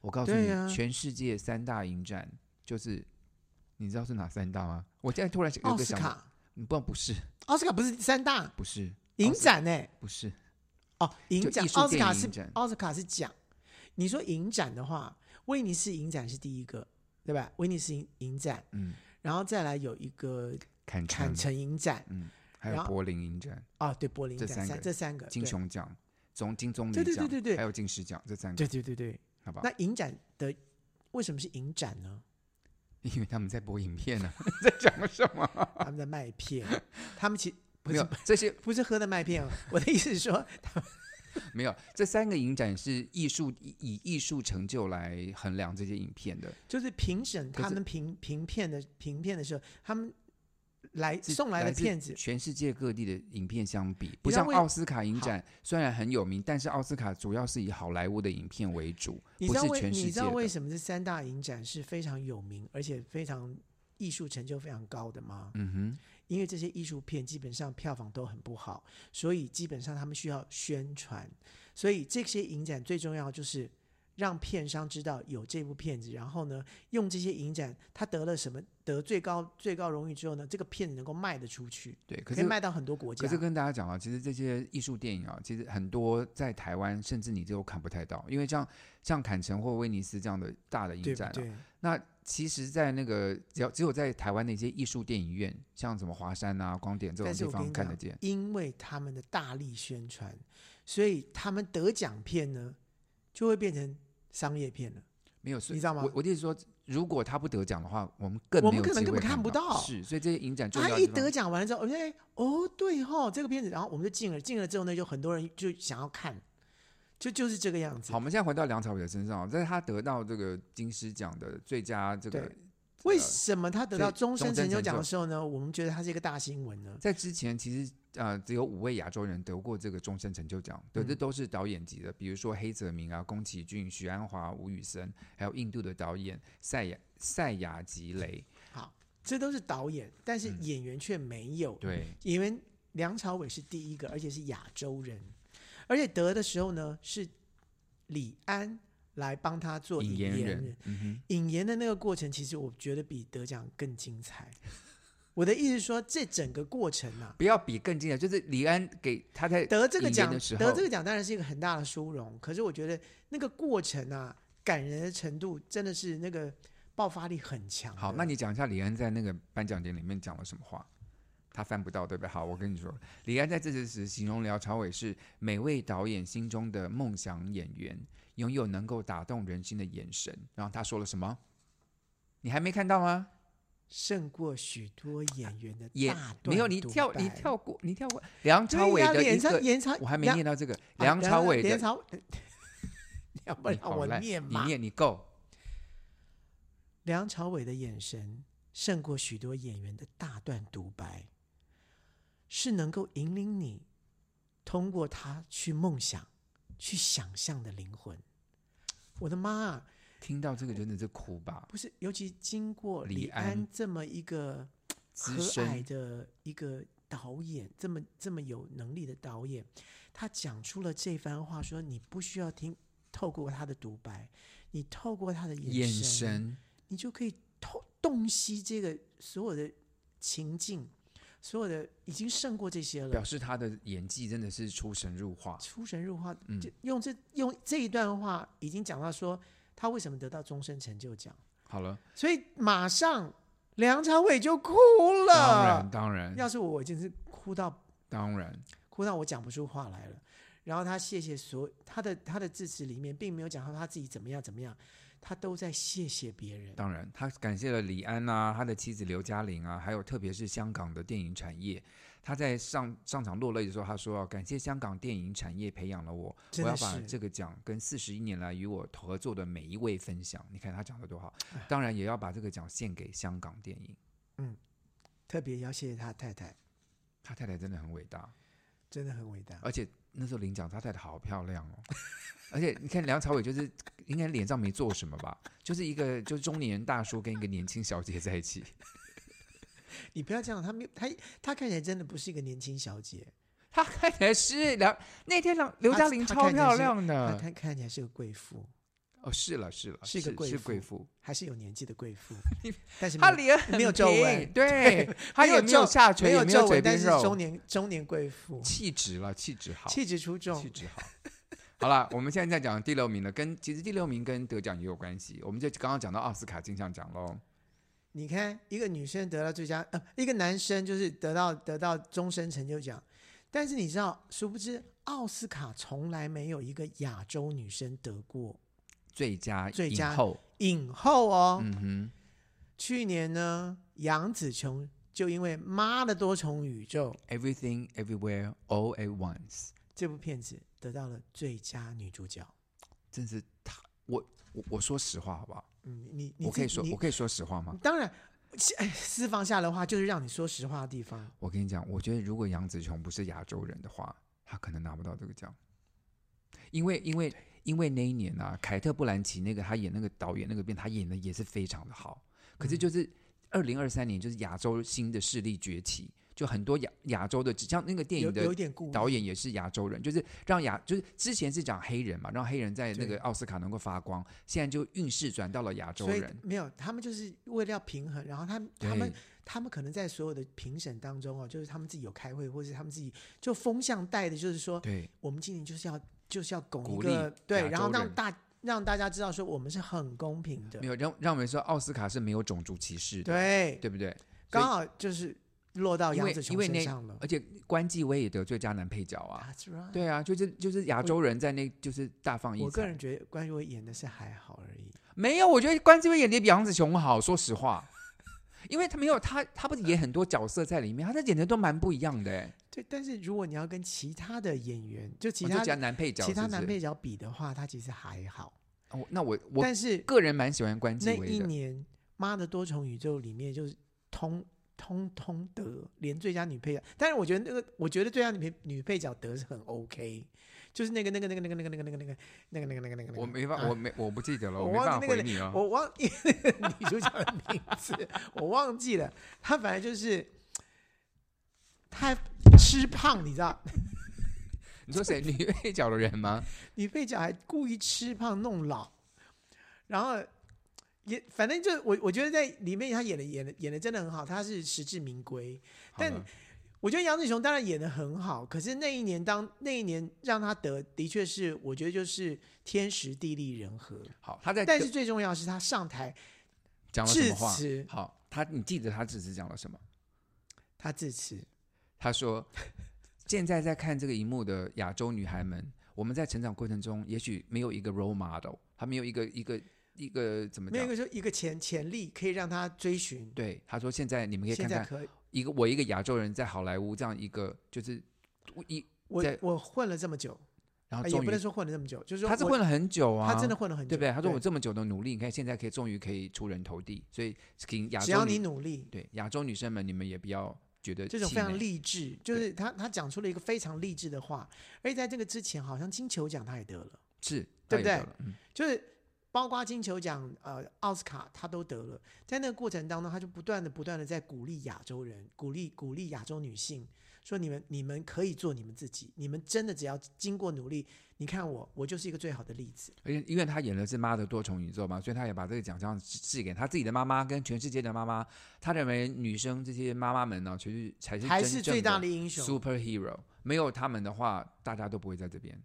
S2: 我告诉
S1: 对
S2: 你，
S1: 啊
S2: 全世界三大影展就是，你知道是哪三大吗？我现在突然有
S1: 奥
S2: 个
S1: 斯
S2: 想法，
S1: 卡、
S2: 嗯不不是
S1: 奥斯卡不是三大
S2: 不是
S1: 影
S2: 奥斯
S1: 展呢、欸
S2: 不是
S1: 哦，影展
S2: 艺，术
S1: 奥斯
S2: 电
S1: 卡
S2: 影
S1: 是
S2: 展
S1: 奥斯卡是奖。你说影展的话，威尼斯影展是第一个，对吧？威尼斯影影展，
S2: 嗯，
S1: 然后再来有一个
S2: 坎
S1: 坎
S2: 城
S1: 城影展，
S2: 嗯，还有
S1: 然后
S2: 柏林影展、
S1: 啊，对，柏林
S2: 这
S1: 影展
S2: 三
S1: 三
S2: 个
S1: 这三个
S2: 金，熊奖、总金棕
S1: 对
S2: 榈
S1: 对
S2: 奖，
S1: 对对对
S2: 还有金狮奖这三个，
S1: 对对对对对。
S2: 好 吧？
S1: 那影展的为什么是影展呢？
S2: 因为他们在播影片呢、在讲什么？
S1: 他们在卖 片，他们其不
S2: 没
S1: 是
S2: 有这些
S1: 不是喝的麦 片哦，我的意思是说，
S2: 没有这三个影展是艺术以以艺术成就来衡量这些影片的，
S1: 就是评审
S2: 可
S1: 他
S2: 是
S1: 们评评片的评片的时候，他们来
S2: 是
S1: 送来的
S2: 自
S1: 片子，
S2: 全世界各地的影片相比，不
S1: 知道
S2: 像
S1: 为
S2: 奥斯卡影展虽然很有名，但是奥斯卡主要是以好莱坞的影片为主，
S1: 你
S2: 不
S1: 知道
S2: 是
S1: 为
S2: 全世
S1: 你知
S2: 界
S1: 道为
S2: 的。
S1: 什么这三大影展是非常有名，而且非常艺术成就非常高的吗？
S2: 嗯哼，
S1: 因为这些艺术片基本上票房都很不好，所以基本上他们需要宣传，所以这些影展最重要就是让片商知道有这部片子，然后呢，用这些影展他得了什么得最高最高荣誉之后呢，这个片子能够卖得出去，
S2: 对，可
S1: 可
S2: 是
S1: 以卖到很多国家。
S2: 可是跟大家讲啊，其实这些艺术电影啊，其实很多在台湾甚至你都看不太到，因为像像坎城或威尼斯这样的大的
S1: 对
S2: 影
S1: 不
S2: 展、啊，
S1: 对？
S2: 那其实，在那个只要只有在台湾的一些艺术电影院，像什么华山啊、光点这种
S1: 但是
S2: 地
S1: 我跟
S2: 方
S1: 你
S2: 看得
S1: 讲
S2: 见，。
S1: 因为他们的大力宣传，所以他们得奖片呢就会变成商业片了。
S2: 没有，所以
S1: 你知道吗
S2: 我我的意思说，如果他不得奖的话，我们更
S1: 我
S2: 没
S1: 们
S2: 有
S1: 可能
S2: 机
S1: 根
S2: 会
S1: 本看不
S2: 到。
S1: 到
S2: 是，所以这些影展重要
S1: 他
S2: 的
S1: 一
S2: 地方
S1: 得奖完了之后，我觉得哎哦对吼，这个片子，然后我们就进了，进了之后呢，就很多人就想要看，就就是这个样子
S2: 好，我。们现在回到梁朝伟的身上，在他得到这个金狮奖的最佳这个
S1: 对，为什么他得到终身成就奖
S2: 终身成就
S1: 的时候呢，我们觉得他是一个大新闻呢？
S2: 在之前其实呃只有五位亚洲人得过这个终身成就奖，
S1: 嗯
S2: 对，这都是导演级的，比如说黑泽明啊、宫崎骏、许鞍华、吴宇森，还有印度的导演塞亚塞亚吉雷，
S1: 好，这都是导演，但是
S2: 嗯
S1: 演员却没有。
S2: 对。
S1: 因为梁朝伟是第一个，而且是亚洲人，而且得的时候呢是李安来帮他做
S2: 引
S1: 引
S2: 言
S1: 言
S2: 人，嗯哼，
S1: 引言的那个过程，其实我觉得比得奖更精彩。我的意思是说，这整个过程啊，
S2: 不要比更近的，就是李安给他在
S1: 得这个
S2: 引言
S1: 奖，
S2: 的时候，
S1: 得这个奖当然是一个很大的殊荣，可是我觉得那个过程啊，感人的程度真的是那个爆发力很强的。
S2: 好，那你讲一下李安在那个颁奖典礼里面讲了什么话？他翻不到，对不对？好，我跟你说，李安在致辞时形容梁朝伟是每位导演心中的梦想演员，拥有能够打动人心的眼神。然后他说了什么？你还没看到吗？
S1: 胜过许多演员的
S2: 也
S1: 大段
S2: 没有，你
S1: 独
S2: 跳，你
S1: 白
S2: 跳过，你跳过梁
S1: 对
S2: 朝伟
S1: 呀
S2: 的一
S1: 演唱
S2: 个，
S1: 演唱，
S2: 我还没
S1: 梁
S2: 念到这个
S1: 啊
S2: 梁朝伟
S1: 梁
S2: 的，
S1: 朝， 你要不
S2: 你
S1: 然
S2: 好
S1: 我
S2: 烂
S1: 念
S2: 你
S1: 嘛？
S2: 念你够，
S1: 梁朝伟的眼神胜过许多演员的大段独白，是能够引领你通过他去梦想、去想象的灵魂。我的妈啊！
S2: 听到这个真的是哭吧？
S1: 不是，尤其经过
S2: 李
S1: 李
S2: 安
S1: 安这么一个
S2: 资
S1: 和蔼
S2: 深
S1: 的一个导演，这么这么有能力的导演，他讲出了这番话，说你不需要听，透过他的独白，你透过他的
S2: 眼
S1: 神，
S2: 神，
S1: 你就可以透洞悉这个所有的情境，所有的已经胜过这些
S2: 表
S1: 了。
S2: 示他的演技真的是出神入化。
S1: 出神入化，
S2: 嗯
S1: 就用这用这一段话已经讲到说他为什么得到终身成就奖。
S2: 好了。
S1: 所以马上梁朝伟就哭
S2: 当然，
S1: 了。
S2: 当然，
S1: 要是我，我真是哭到
S2: 当然，
S1: 哭到我讲不出话来了。然后他谢谢所他的他的致辞里面并没有讲到他自己怎么样怎么样，他都在谢谢别人。
S2: 当然，他感谢了李安啊，他的妻子刘嘉玲啊，还有特别是香港的电影产业。他在上上场落泪的时候，他说：“感谢香港电影产业培养了我，我
S1: 真的
S2: 要把
S1: 是
S2: 这个奖跟四十一年来与我合作的每一位分享。”你看他讲的多好，当然也要把这个奖献给香港电影。
S1: 特别要谢谢他太太，
S2: 他太太真的很伟大，
S1: 真的很伟大。
S2: 而且那时候领奖，他太太好漂亮哦。 而且你看梁朝伟就是应该脸上没做什么吧，就是一个就是中年大叔跟一个年轻小姐在一起。
S1: 你不要这样，他没有他他看起来真的不是一个年轻小姐，
S2: 她看起来是梁那天梁刘
S1: 她
S2: 嘉玲
S1: 她
S2: 超
S1: 看起来
S2: 漂
S1: 是
S2: 亮
S1: 她
S2: 的
S1: 看看起来是个贵妇。
S2: 哦，是了是了，
S1: 是一个贵
S2: 是
S1: 妇
S2: 贵妇，
S1: 还是有年纪的贵 妇，但是
S2: 她
S1: 没有
S2: 脸很
S1: 没有皱
S2: 平
S1: 纹
S2: 对，她也没有
S1: 皱
S2: 下垂，
S1: 没
S2: 也
S1: 有
S2: 没
S1: 皱
S2: 嘴
S1: 纹，但
S2: 边
S1: 是
S2: 肉，
S1: 中年中年贵妇，
S2: 气质了，气质好，
S1: 气质出众
S2: 气。质好。 好啦，我们现在在讲第六名了，跟其实第六名跟得奖也有关系。我们就刚刚讲到奥斯卡金像奖喽，
S1: 你看，一个女生得到最佳，呃，一个男生就是得到得到终身成就奖，但是你知道，殊不知奥斯卡从来没有一个亚洲女生得过
S2: 最佳
S1: 最
S2: 影
S1: 佳
S2: 后，
S1: 影后哦。
S2: 嗯哼，
S1: 去年呢，杨紫琼就因为《妈的多重宇宙》
S2: Everything Everywhere All at Once，
S1: 这部片子得到了最佳女主角。
S2: 真是他，我我我说实话好不好？
S1: 嗯，你你
S2: 我可以
S1: 自
S2: 说
S1: 你
S2: 我可以说实话吗？
S1: 当然，其哎私房下的话就是让你说实话的地方。
S2: 我跟你讲，我觉得如果杨紫琼不是亚洲人的话，她可能拿不到这个奖，因为因为因为那一年啊，凯特·布兰奇那个她演那个导演那个片，她演的也是非常的好，可
S1: 嗯
S2: 是就是二零二三年就是亚洲新的势力崛起，就很多亚亚洲的，像那个电
S1: 有
S2: 影的
S1: 有一点故意
S2: 导演也是亚洲人，就是让亚，就是之前是讲黑人嘛，让黑人在那
S1: 对
S2: 个奥斯卡能够发光，现在就运势转到了亚洲
S1: 所以
S2: 人。
S1: 没有，他们就是为了要平衡，然后他们他们他们可能在所有的评审当中哦，就是他们自己有开会，或是他们自己就风向带的，就是说
S2: 对
S1: 我们今年就是要就是要拱一
S2: 鼓
S1: 个
S2: 励亚
S1: 对，然后
S2: 洲
S1: 让
S2: 人
S1: 大让大家知道说我们是很公平的
S2: 对，没，有让让我们说奥斯卡是没有种族歧视的，
S1: 对，
S2: 对不对？
S1: 刚好就是落到
S2: 因
S1: 杨
S2: 为
S1: 紫
S2: 因
S1: 琼
S2: 为
S1: 身
S2: 那
S1: 上了。
S2: 而且关继威也得最佳男配角啊，
S1: That's right。
S2: 对啊，就是就是亚洲人在那就是大放异
S1: 我个
S2: 彩
S1: 人。觉得关于我演的是还好而已。
S2: 没有，我觉得关继威演的比杨紫琼好，说实话，因为他没有他他不是演很多角色在里面，他的演的都蛮不一样的欸。
S1: 对，但是如果你要跟其他的演员，就其
S2: 哦
S1: 他
S2: 最佳男配角，
S1: 其他
S2: 是不
S1: 男
S2: 是
S1: 配角比的话，他其实还好。
S2: 哦，那我我
S1: 但是
S2: 个人蛮喜欢关继
S1: 那
S2: 威
S1: 一
S2: 的。
S1: 年《妈的多重宇宙》里面就是通通通得，连最佳女配角。但是我觉得那个，我觉得最佳女配女配角得是很 OK，就是那个那个那个那个那个那个那个那个那个那个那个那个，
S2: 我没法，
S1: 啊
S2: 我没我不记得了，
S1: 我
S2: 没办
S1: 忘
S2: 法
S1: 记那
S2: 回
S1: 个
S2: 你哦。
S1: 我忘记女主角的名字，我忘记了。她反正就是她吃胖，你知道，
S2: 你说谁女配角的人吗？
S1: 女配角还故意吃胖弄老，然后也反正就我我觉得在里面她演的演的演的真的很好，她是实至名归。
S2: 好
S1: 但
S2: 了
S1: 我觉得杨紫琼当然演的很好，可是那一年当那一年让她得的确是我觉得就是天时地利人和，
S2: 好，他在
S1: 但是最重要是她上台
S2: 讲了什
S1: 致
S2: 么话？
S1: 辞，
S2: 好，他你记得他只是讲了什么？
S1: 她致辞。
S2: 他说：“现在在看这个荧幕的亚洲女孩们，我们在成长过程中，也许没有一个 role model，她没有一个一个一个怎么
S1: 没有一个
S2: 讲
S1: 说一个潜潜力可以让他追寻？”，
S2: 对，他说：“现在你们可以
S1: 现
S2: 看
S1: 在
S2: 看
S1: 可以。
S2: 一个我一个亚洲人在好莱坞这样一个就是一，
S1: 我
S2: 在
S1: 我混了这么久，
S2: 然后
S1: 哎也
S2: 终
S1: 不
S2: 于
S1: 能说混了这么久，就是说
S2: 他是
S1: 我
S2: 混了很久啊，
S1: 他真的混了很久，
S2: 对不对？他说我这么久的努力，你看现在可以终于可以出人头地，所以请亚
S1: 只要
S2: 洲
S1: 你
S2: 女
S1: 努力，
S2: 对亚洲女生们，你们也不要觉得
S1: 这种
S2: 气
S1: 非常
S2: 馁
S1: 励志，就是他他讲出了一个非常励志的话，而且在这个之前，好像金球奖他也得了，
S2: 是，
S1: 对不
S2: 她也
S1: 对
S2: 得了？嗯
S1: 就是。包括金球奖、呃奥斯卡，他都得了。在那个过程当中，他就不断的、不断的在鼓励亚洲人，鼓励鼓励亚洲女性，说你们你们可以做你们自己，你们真的只要经过努力，你看我，我就是一个最好的例子。
S2: 而且因为他演的是《妈的多重宇宙》嘛，所以他也把这个奖项赐给他自己的妈妈跟全世界的妈妈。他认为女生这些妈妈们呢，其实才是
S1: 还是
S2: 真正
S1: 最大的英雄，
S2: superhero，没有他们的话，大家都不会在这边。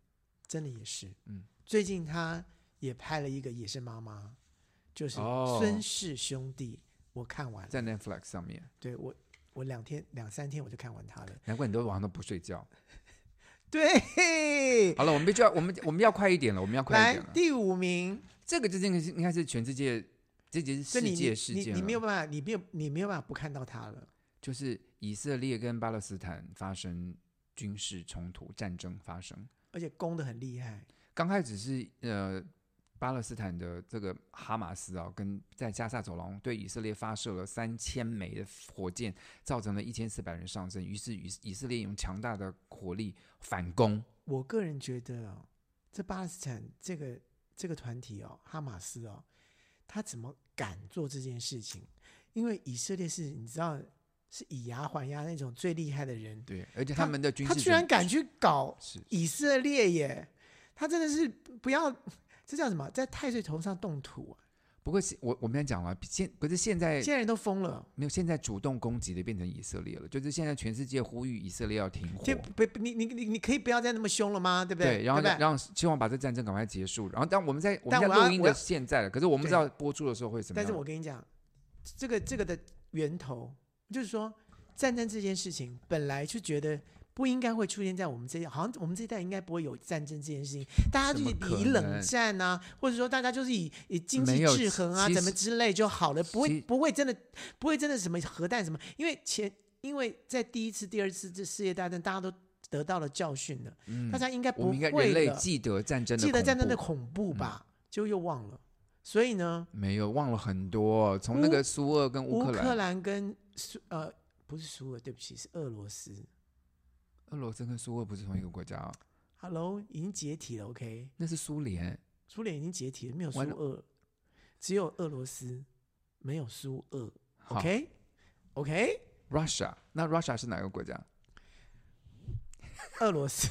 S1: 真的也是。
S2: 嗯，
S1: 最近他也拍了一个，也是妈妈，就是
S2: 哦
S1: 孙氏兄弟，我看完了，
S2: 在 Netflix 上面，
S1: 对我我两天两三天我就看完他了。
S2: 难怪你都晚上都不睡觉。
S1: 对，
S2: 好了，我们必须要，我们我们要快一点了，我们要快一
S1: 来
S2: 点了。啊
S1: 第五名，
S2: 这个就应该是应该是全世界，这就是
S1: 这你
S2: 世
S1: 你
S2: 界事
S1: 你
S2: 件
S1: 你没有
S2: 了，
S1: 办法，你没有你没有办法不看到他了。
S2: 就是以色列跟巴勒斯坦发生军事冲突、战争发生。
S1: 而且攻的很厉害，
S2: 刚开始是呃，巴勒斯坦的这个哈马斯啊、跟在加沙走廊对以色列发射了三千枚的火箭，造成了一千四百人丧生。于是以以色列用强大的火力反攻，
S1: 我个人觉得哦，这巴勒斯坦这个这个团体哦，哈马斯哦，他怎么敢做这件事情？因为以色列是你知道是以牙还牙那种最厉害的人，
S2: 对，而且
S1: 他
S2: 他们的军事
S1: 他居然
S2: 准
S1: 敢去搞
S2: 是
S1: 以色列耶！他真的是不要，这叫什么？在太岁头上动土啊！
S2: 不过现我我们讲了，现可是现在
S1: 现在人都疯了。
S2: 没有，现在主动攻击的变成以色列了，就是现在全世界呼吁以色列要停火，
S1: 就不不你你你你可以不要再那么凶了吗？对不对
S2: 对，然后
S1: 对
S2: 让
S1: 不对
S2: 让希望把这战争赶快结束。然后，但我们在我们
S1: 但
S2: 在
S1: 我要
S2: 录音
S1: 我要
S2: 的现在了，可是我们不知道播出的时候会怎么
S1: 但
S2: 样。
S1: 是我跟你讲，这个这个的源头就是说，战争这件事情本来就觉得。不应该会出现在我们这一，好像我们这一代应该不会有战争这件事情，大家就
S2: 怎么
S1: 是
S2: 可
S1: 以冷
S2: 能
S1: 战啊，或者说大家就是以以经济
S2: 没有
S1: 制衡啊，
S2: 其
S1: 怎么
S2: 实
S1: 之类就好了，不会
S2: 其
S1: 不会真的不会真的什么核弹什么，因为前因为在第一次、第二次这世界大战，大家都得到了教训了，
S2: 嗯
S1: 大家应该不
S2: 我们应该
S1: 会
S2: 人类
S1: 了
S2: 记得战争的
S1: 记得战争的
S2: 恐嗯
S1: 恐怖吧，就又忘了。所以呢，
S2: 怖没有忘了很多，从那
S1: 乌
S2: 个苏俄跟
S1: 乌
S2: 乌克兰、
S1: 克兰跟苏呃不是苏俄，对不起，是俄罗斯。
S2: 俄罗斯跟苏俄不是同一个国家、哦，
S1: Hello，已经解体了，OK，
S2: 那是苏联。
S1: 苏联已经解体了，没有苏
S2: 完了
S1: 俄，只有俄罗斯，没有苏俄
S2: 好
S1: ，OK OK，
S2: Russia，那 Russia 是哪个国家？
S1: 俄罗斯，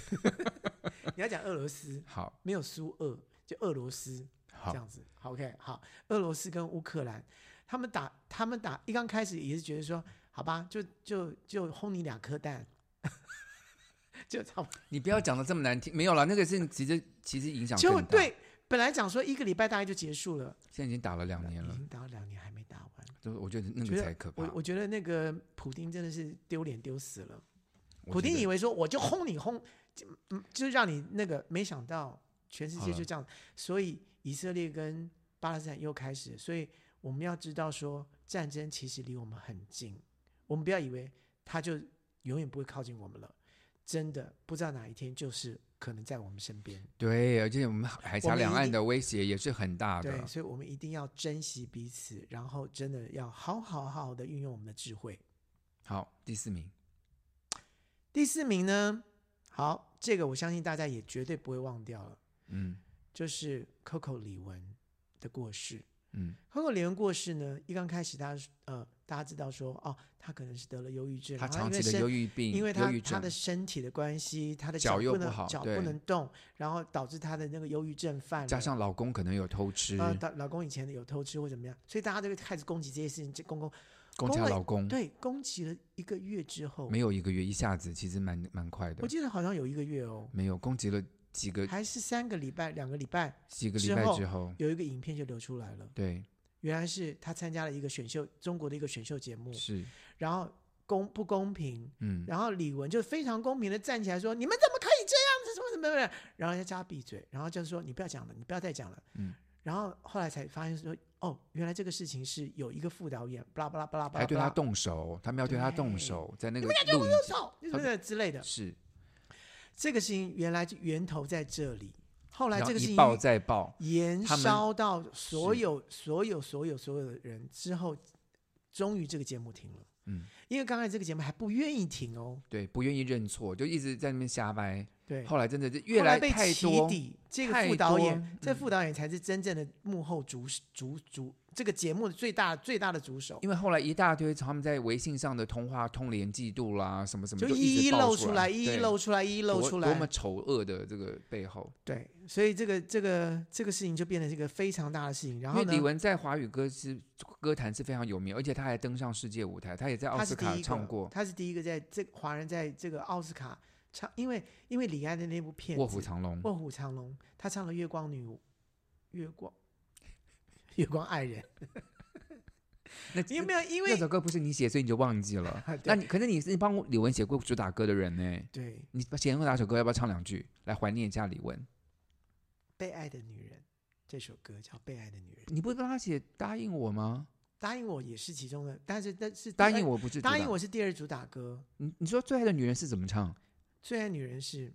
S1: 你要讲俄罗斯，
S2: 好
S1: 没有苏俄，就俄罗斯。
S2: 好
S1: 这，样子。好 OK，好，俄罗斯跟乌克兰，他们打，他们打，一刚开始也是觉得说，好吧，就就就轰你两颗蛋， 就差不多。
S2: 你不要讲的这么难听，没有了，那个是其实其实影响
S1: 就
S2: 更大，
S1: 对，本来讲说一个礼拜大概就结束了，
S2: 现在已经打了两年
S1: 已
S2: 了，
S1: 经打了两年还没打完，
S2: 就是我觉得
S1: 嗯
S2: 那
S1: 觉
S2: 个才可
S1: 得
S2: 怕。
S1: 我我觉得那个普丁真的是丢脸丢死了。
S2: 我
S1: 普
S2: 觉
S1: 丁
S2: 得
S1: 以为说我就轰你轰，就嗯就让你那个，没想到全世
S2: 好
S1: 界
S2: 了
S1: 就这样，所以以色列跟巴勒斯坦又开始，所以我们要知道说战争其实离我们很近，我们不要以为它就永远不会靠近我们了，真的不知道哪一天就是可能在我们身边，
S2: 对，而且我们海
S1: 我
S2: 峡
S1: 们
S2: 两
S1: 一
S2: 岸
S1: 定
S2: 的威胁也是很大的。
S1: 对，所以我们一定要珍惜彼此，然后真的要好好好的运用我们的智慧。
S2: 好，第四名，
S1: 第四名呢，好，这个我相信大家也绝对不会忘掉了。
S2: 嗯
S1: 就是 Coco 李玟的过世。
S2: 嗯，
S1: Coco 李玟过世呢，一刚开始大家呃大家知道说哦，她可能是得了忧郁症，
S2: 他
S1: 然后
S2: 长
S1: 因
S2: 期
S1: 为
S2: 的
S1: 身
S2: 忧郁病，
S1: 因为
S2: 忧
S1: 她
S2: 郁
S1: 她
S2: 症
S1: 的，身体的关系，她的
S2: 脚又
S1: 不
S2: 不
S1: 能
S2: 好
S1: 脚
S2: 对
S1: 不能动，然后导致她的那个忧郁症犯了
S2: 加上老公可能有偷吃，
S1: 呃，老老公以前有偷吃或怎么样，所以大家就开始攻击这些事情，这公公
S2: 攻击她
S1: 公了
S2: 老公，
S1: 对攻击了一个月之后，
S2: 嗯没有一个月，一下子其实蛮蛮快
S1: 我
S2: 的，
S1: 记得好像有一个月哦，
S2: 没有攻击了几个
S1: 还是三个礼拜、两个礼拜，
S2: 几个礼
S1: 之
S2: 拜
S1: 后
S2: 之后，
S1: 有一个影片就流出来了。
S2: 对，
S1: 原来是他参加了一个选秀，中国的一个选秀节目，
S2: 是，
S1: 然后公不公平，
S2: 嗯，
S1: 然后李玟就非常公平的站起来说：“你们怎么可以这样子？什么什么什么？”然后人家叫他闭嘴，然后就说：“你不要讲了，你不要再讲了。”
S2: 嗯，
S1: 然后后来才发现说：“哦，原来这个事情是有一个副导演，巴拉巴拉巴拉巴拉，
S2: 还对他动手，他们要对他动
S1: 对
S2: 手，在那个录
S1: 动
S2: 影
S1: 手，什么什么之类的。
S2: 是，”
S1: 这个事情原来就源头在这里，后来
S2: 然
S1: 这
S2: 后
S1: 个事
S2: 一
S1: 情
S2: 爆再爆，
S1: 延
S2: 他们
S1: 烧到所
S2: 是
S1: 有所有所有所有的人之后，终于这个节目停了。
S2: 嗯，
S1: 因为刚开始这个节目还不愿意停哦，
S2: 对，不愿意认错，就一直在那边瞎掰，
S1: 对，
S2: 后来真的是越
S1: 后来
S2: 来
S1: 被
S2: 太
S1: 起
S2: 多，
S1: 底，这个
S2: 太
S1: 副导
S2: 多嗯
S1: 演，这副导演才是真正的幕后主主主这个节目的最大最大的主手，
S2: 因为后来一大堆他们在微信上的通话、通联记录啦，什么什么，
S1: 就
S2: 就
S1: 一
S2: 直
S1: 一
S2: 爆
S1: 露
S2: 出
S1: 来，一一
S2: 对
S1: 露出来，一一露
S2: 多
S1: 出
S2: 多么
S1: 来，
S2: 丑恶的这个背后。
S1: 对，所以这个这个这个事情就变成是一个非常大的事情。然
S2: 因
S1: 后
S2: 为李
S1: 呢，
S2: 玟在华语歌是歌坛是非常有名，而且她还登上世界舞台，她也在奥
S1: 他
S2: 斯
S1: 是第
S2: 卡
S1: 一
S2: 唱
S1: 个
S2: 过，
S1: 他是第一个在这华人在这个奥斯卡唱，因为因为李安的那部
S2: 《
S1: 片
S2: 卧
S1: 子
S2: 虎藏龙》。
S1: 卧虎藏龙，他唱了《月光女巫》，月光， 月光爱 人，
S2: 那
S1: 你有没有因
S2: 那
S1: 为
S2: 首歌不是你写，所以你就忘记了
S1: 对。
S2: 那你可是你是帮李玟写过主打歌的人呢？
S1: 对
S2: 你写过哪首歌？要不要唱两句来怀念一下李玟？
S1: 被爱的女人这首歌叫《被爱的女人》，
S2: 你不是帮她写《答应我》吗？
S1: 答应我也是其中的，但是但是
S2: 《答应
S1: 我，
S2: 我》不是主打
S1: 答应。我是第二主打歌，
S2: 你你说最爱的女人是怎么唱？
S1: 最爱女人是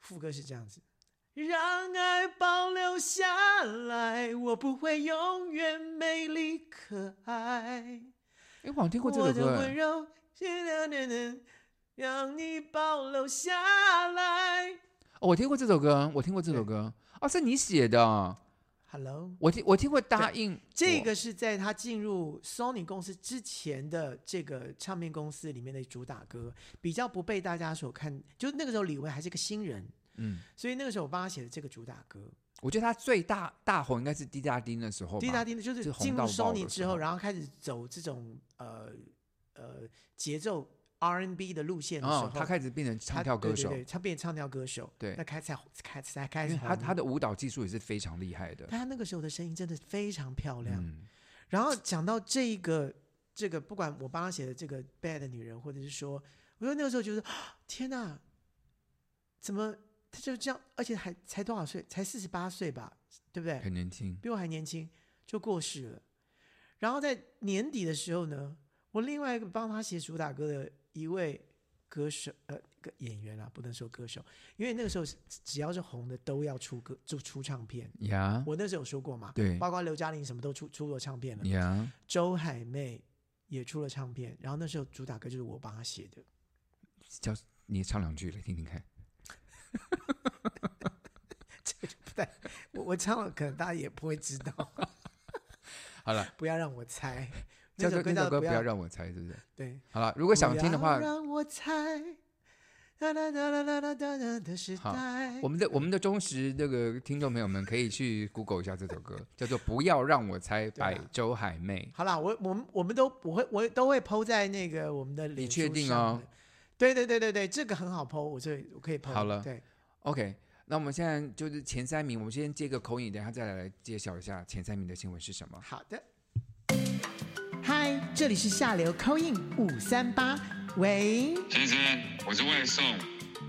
S1: 副歌是这样子。让爱保留下来，我不会永远美丽可爱。
S2: 哎，我好像听过这
S1: 我
S2: 首
S1: 的
S2: 歌
S1: 温
S2: 哎。
S1: 柔，让你保留下来。
S2: 哦，我听过这首歌，我听过这首
S1: 对
S2: 歌。哦，是你写的啊。
S1: Hello，
S2: 我听我听过《答应我》
S1: 这个是在他进入 Sony 公司之前的这个唱片公司里面的主打歌，比较不被大家所看。就那个时候，李玟还是个新人，
S2: 嗯，
S1: 所以那个时候我帮他写的这个主打歌，
S2: 我觉得他最大大红应该是滴答丁的时候吧，
S1: 滴答滴的就是是
S2: 红
S1: 进入
S2: 到爆的
S1: Sony
S2: 时
S1: 之
S2: 候
S1: 后，然后开始走这种呃呃节奏 R&B 的路线的时候，
S2: 哦，他开始变成唱跳歌手，
S1: 他对对对他变唱跳歌手，
S2: 对
S1: 那开始才开始才开
S2: 因
S1: 始
S2: 为
S1: 红
S2: 他他的舞蹈技术也是非常厉害的。
S1: 但他那个时候的声音真的非常漂亮。
S2: 嗯，
S1: 然后讲到这一个这个，不管我帮他写的这个《Bad 女人》，或者是说，我说那个时候觉得啊天哪，怎么他就这样，而且还才多少岁，才四十八岁吧，对不对？
S2: 嗯很年轻。
S1: 比我还年轻就过世了。然后在年底的时候呢，我另外一个帮他写主打歌的一位歌手，呃，个演员啦，不能说歌手，因为那个时候是只要是红的都要出歌，就出唱片。
S2: 呀
S1: 我那时候有说过嘛，
S2: 对
S1: 包括刘嘉玲什么都出出过唱片了，
S2: 呀，
S1: 周海媚也出了唱片，然后那时候主打歌就是我帮他写的。
S2: 叫你唱两句来听听看。
S1: 我我唱了，可能大家也不会知道，
S2: 好 了，
S1: 不要让我 猜。那
S2: 叫做
S1: 首歌
S2: 那
S1: 叫
S2: 首歌
S1: 不
S2: 不
S1: 要
S2: 要让我猜，是不是？
S1: 对，
S2: 好了，如果想听的话
S1: 不，要让我猜。哒哒哒哒哒哒哒哒的时
S2: 好
S1: 代，
S2: 我们的我们的忠实这个听众朋友们可以去 Google 一下这首歌，叫做《不要让我猜》
S1: 对啊
S2: by 周海媚。
S1: 好啦，我我们我们都我会我都会抛在那个我们的脸
S2: 你确
S1: 书
S2: 定
S1: 上
S2: 哦
S1: 的？对对对对对，这个很好抛，我这我可以抛。
S2: 好了
S1: 对，
S2: OK，那我们现在就是前三名，我们先接个口音，等一下再来揭晓一下前三名的新闻是什么。
S1: 好的。嗨，这里是下流 c 印五三八，喂，
S3: 先生，我是外送，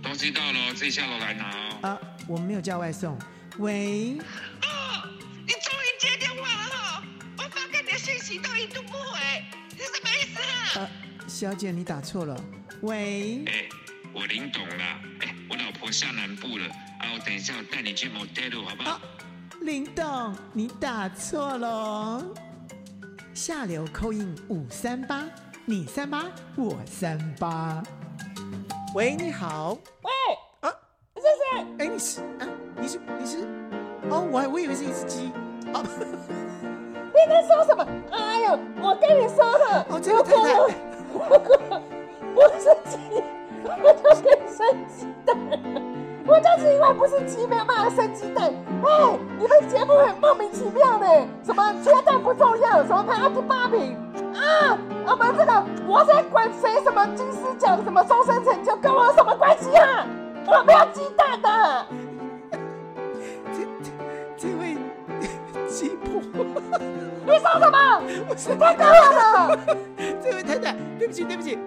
S3: 东西到了哦自己下楼来拿哦。
S1: 呃，我们没有叫外送，喂，
S4: 哦，你终于接电话了哈、我发给你的信息都一度不回，你什么意思啊？
S1: 呃，小姐你打错了，喂，
S3: 哎、我林董啦，哎、我老婆下南部了，啊，我等一下我带你去 motel 好不好？
S1: 林董，你打错了哦。下流扣印五三八，你三八，我三八。喂，你好。喂。啊，先生。哎，你是啊？你是你是？哦，我还我以为是一只鸡。哦，
S5: 你在说什么？哎呦，我跟你说了，
S1: 哦，这个太太。
S5: 如果我是鸡，我就可以生鸡蛋。我就是因为不是鸡，没有办法生鸡蛋。哎，你的节目很莫名其妙呢，什么缺蛋不重要，什么他第八名啊，我们这个我在管谁什么金狮奖，什么终身成就，跟我有什么关系啊？我没有鸡蛋的、
S1: 这这这位鸡婆，
S5: 你说什么？
S1: 我是
S5: 太高了。
S1: 这位太太，对不起，对不起，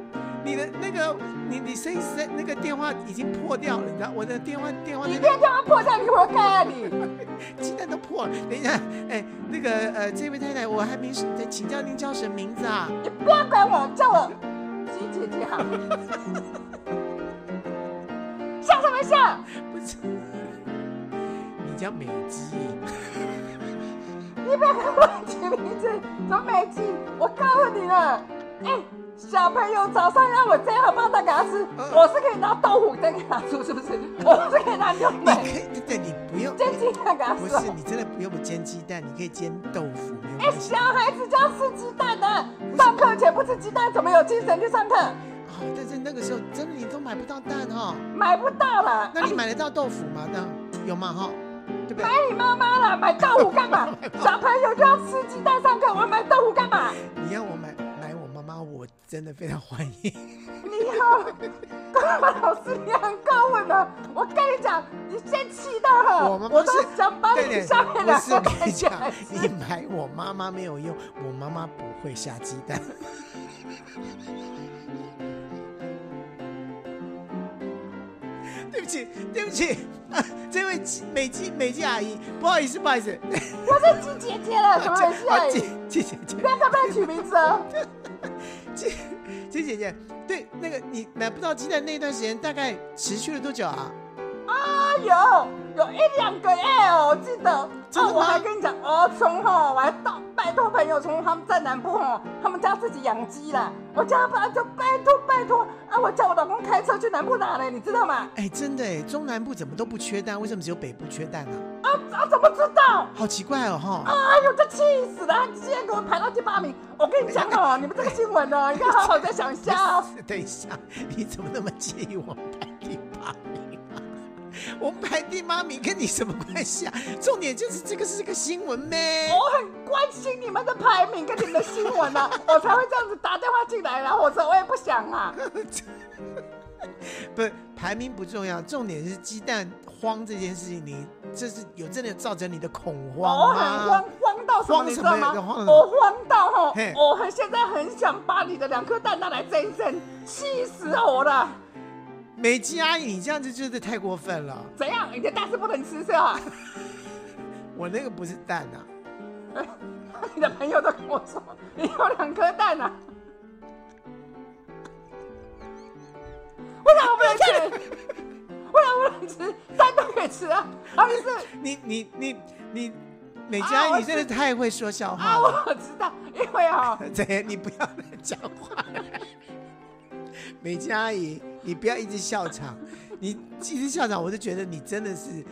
S1: 你的那个你你声音实在那个电话已经破掉了，你知道我的电话电话那
S5: 你一
S1: 个
S5: 天天要破掉，你活该啊你！
S1: 鸡蛋都破了。等一下，哎，那个呃，这位太太，我还没请教您叫什么名字啊？
S5: 你不要管我，叫我鸡姐姐好。笑什么笑？
S1: 不是，你叫美姬。
S5: 你不要跟我起名字，怎么美鸡？我告诉你了，哎、小朋友早上让我煎荷包蛋给他吃，我是可以拿豆腐蒸给他吃，是不是？我是可以拿牛
S1: 你
S5: 奶
S1: 可以，对对，你不用。
S5: 煎鸡蛋给他
S1: 不
S5: 吃
S1: 是，
S5: 啊。
S1: 你真的不用煎鸡蛋，你可以煎豆腐，没有
S5: 哎、
S1: 关系
S5: 小。孩子就要吃鸡蛋的、上课前不吃鸡蛋，怎么有精神去上课？
S1: 哦，但是那个时候真的你都买不到蛋哈、哦，
S5: 买不到了，
S1: 那你买得到豆腐吗？那有吗哈、对不对
S5: 买？你哎妈妈了，买豆腐 干嘛？小朋友就要吃鸡蛋上课，我买豆腐干嘛？
S1: 你让我买买我妈妈，我真的非常欢迎。
S5: 你 要，老师你很过分的，我跟你讲，你先气到了，
S1: 我们
S5: 我
S1: 不
S5: 都
S1: 是
S5: 想把
S1: 对
S5: 你
S1: 对，
S5: 下面
S1: 不
S5: 的，
S1: 是我跟你讲你买我妈妈没有用，我妈妈不会下鸡蛋。 对不起，对不起，啊、这位姬美姬美姬阿姨，不好意思，不好意思，
S5: 我是鸡姐姐 了，怎么回事啊
S1: 啊
S5: 你
S1: 姬？姬姐姐
S5: 不，要跟乱取名字哦。
S1: 姬姬姐姐，对，那个你买不到鸡蛋那段时间，大概持续了多久啊？
S5: 哎呦，有一两个月哦，我记得。
S1: 真的
S5: 哦，我
S1: 吗
S5: 还跟你讲，哦，从哈，我还到拜托朋友从他们在南部哈，他们家自己养鸡啦，我叫他爸就拜托拜托啊，我叫我老公开车去南部打嘞，你知道吗？
S1: 哎，真的哎，中南部怎么都不缺蛋，为什么只有北部缺蛋呢、
S5: 啊啊，怎么知道？
S1: 好奇怪哦，哈、
S5: 哎呦，这气死了！你竟然给我排到第八名，我跟你讲 哦，你们这个新闻呢，要好好再想一下哦。
S1: 等一下，你怎么那么介意我排第八名啊？我们排第妈咪跟你什么关系啊？重点就是这个是个新闻咩？
S5: 我很关心你们的排名跟你们的新闻啊，我才会这样子打电话进来啦。我说我也不想啊，
S1: 不，排名不重要，重点是鸡蛋慌这件事情，你这是有真的造成你的恐
S5: 我
S1: 慌
S5: 哦很
S1: 吗
S5: 慌？慌到什么，
S1: 慌
S5: 你知
S1: 什
S5: 道
S1: 么
S5: 吗
S1: 呀慌什？么
S5: 我慌到哈
S1: 嘿，
S5: 我很现在很想把你的两颗蛋拿来蒸一蒸，气死我了！
S1: 美姬阿姨，你这样子真的太过分了。
S5: 怎样？你的蛋是不能吃是吧？
S1: 我那个不是蛋啊，
S5: 你的朋友都跟我说你有两颗蛋啊。为什么不能吃？为什么不能吃？蛋都可以吃啊！啊，不是
S1: 你你你你，美姬阿
S5: 啊
S1: 姨，你真的太会说笑话
S5: 啊，
S1: 了。
S5: 我知道，因 为啊、
S1: 对，你不要乱讲话。美嘉阿姨，你不要一直笑 场，你一直笑场，我就觉得你真的是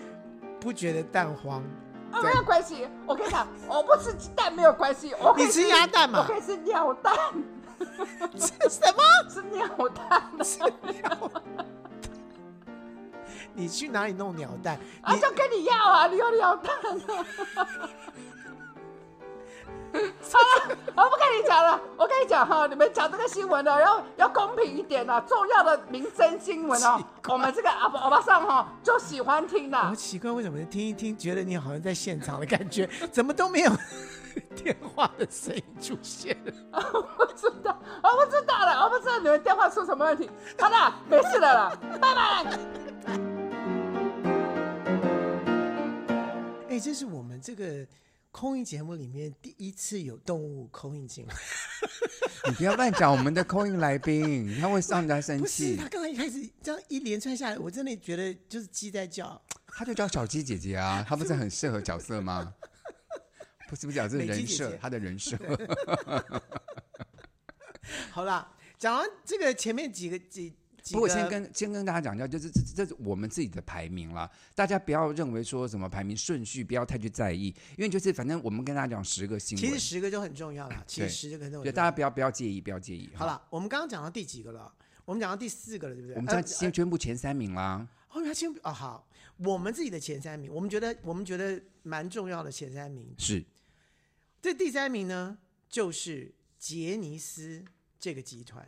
S1: 不觉得蛋 黄。
S5: 啊，
S1: 对
S5: 没有关系。我跟你讲，我不吃鸡蛋没有关系，我可以
S1: 你吃鸭蛋嘛
S5: 我可以吃鸟蛋，
S1: 这什么？
S5: 吃鸟蛋的。
S1: 你去哪里弄鸟蛋？
S5: 啊，
S1: 你
S5: 就跟你要啊，你有鸟蛋啊。好了，我不跟你讲了，我跟你讲哈，你们讲这个新闻呢，要要公平一点啊，重要的民生新闻哦
S1: 奇，怪
S5: 我们这个阿伯欧巴桑哈就喜欢听
S1: 好
S5: 啦。
S1: 奇怪，为什么听一听觉得你好像在现场的感 觉，怎么都没有电话的声音出现？
S5: 我不知道，我不知道了，我不知道你们电话出什么问题。好了，没事了啦，拜拜。
S1: 哎、这是我们这个空运节目里面第一次有动物空运进来。
S2: 你不要乱讲我们的扣音来宾，他会让人家生
S1: 不是，
S2: 气
S1: 他。刚才一开始这样一连串下来，我真的觉得就是鸡在叫。
S2: 他就叫小鸡姐姐啊，他不是很适合角色吗？不是不是角色
S1: 美
S2: 人
S1: 姬姐
S2: 设
S1: 姐，
S2: 他的人设。
S1: 好啦，讲完这个前面几个几几个，
S2: 不过先跟先跟大家讲一下，就是这这这是我们自己的排名啦，大家不要认为说什么排名顺序，不要太去在意，因为就是反正我们跟大家讲十个新
S1: 其
S2: 闻
S1: 实，十个就很重要啦，其实
S2: 对
S1: 十个很重
S2: 对
S1: 要。
S2: 大家不要不要介意，不要介意。
S1: 好，了，我们刚刚讲到第几个了？我们讲到第四个了，对不对？
S2: 我们现在
S1: 呃
S2: 先宣布前三名啦。
S1: 哦，他先哦好，我们自己的前三名，我们觉得我们觉得蛮重要的前三名。
S2: 是
S1: 这第三名呢，就是杰尼斯这个集团。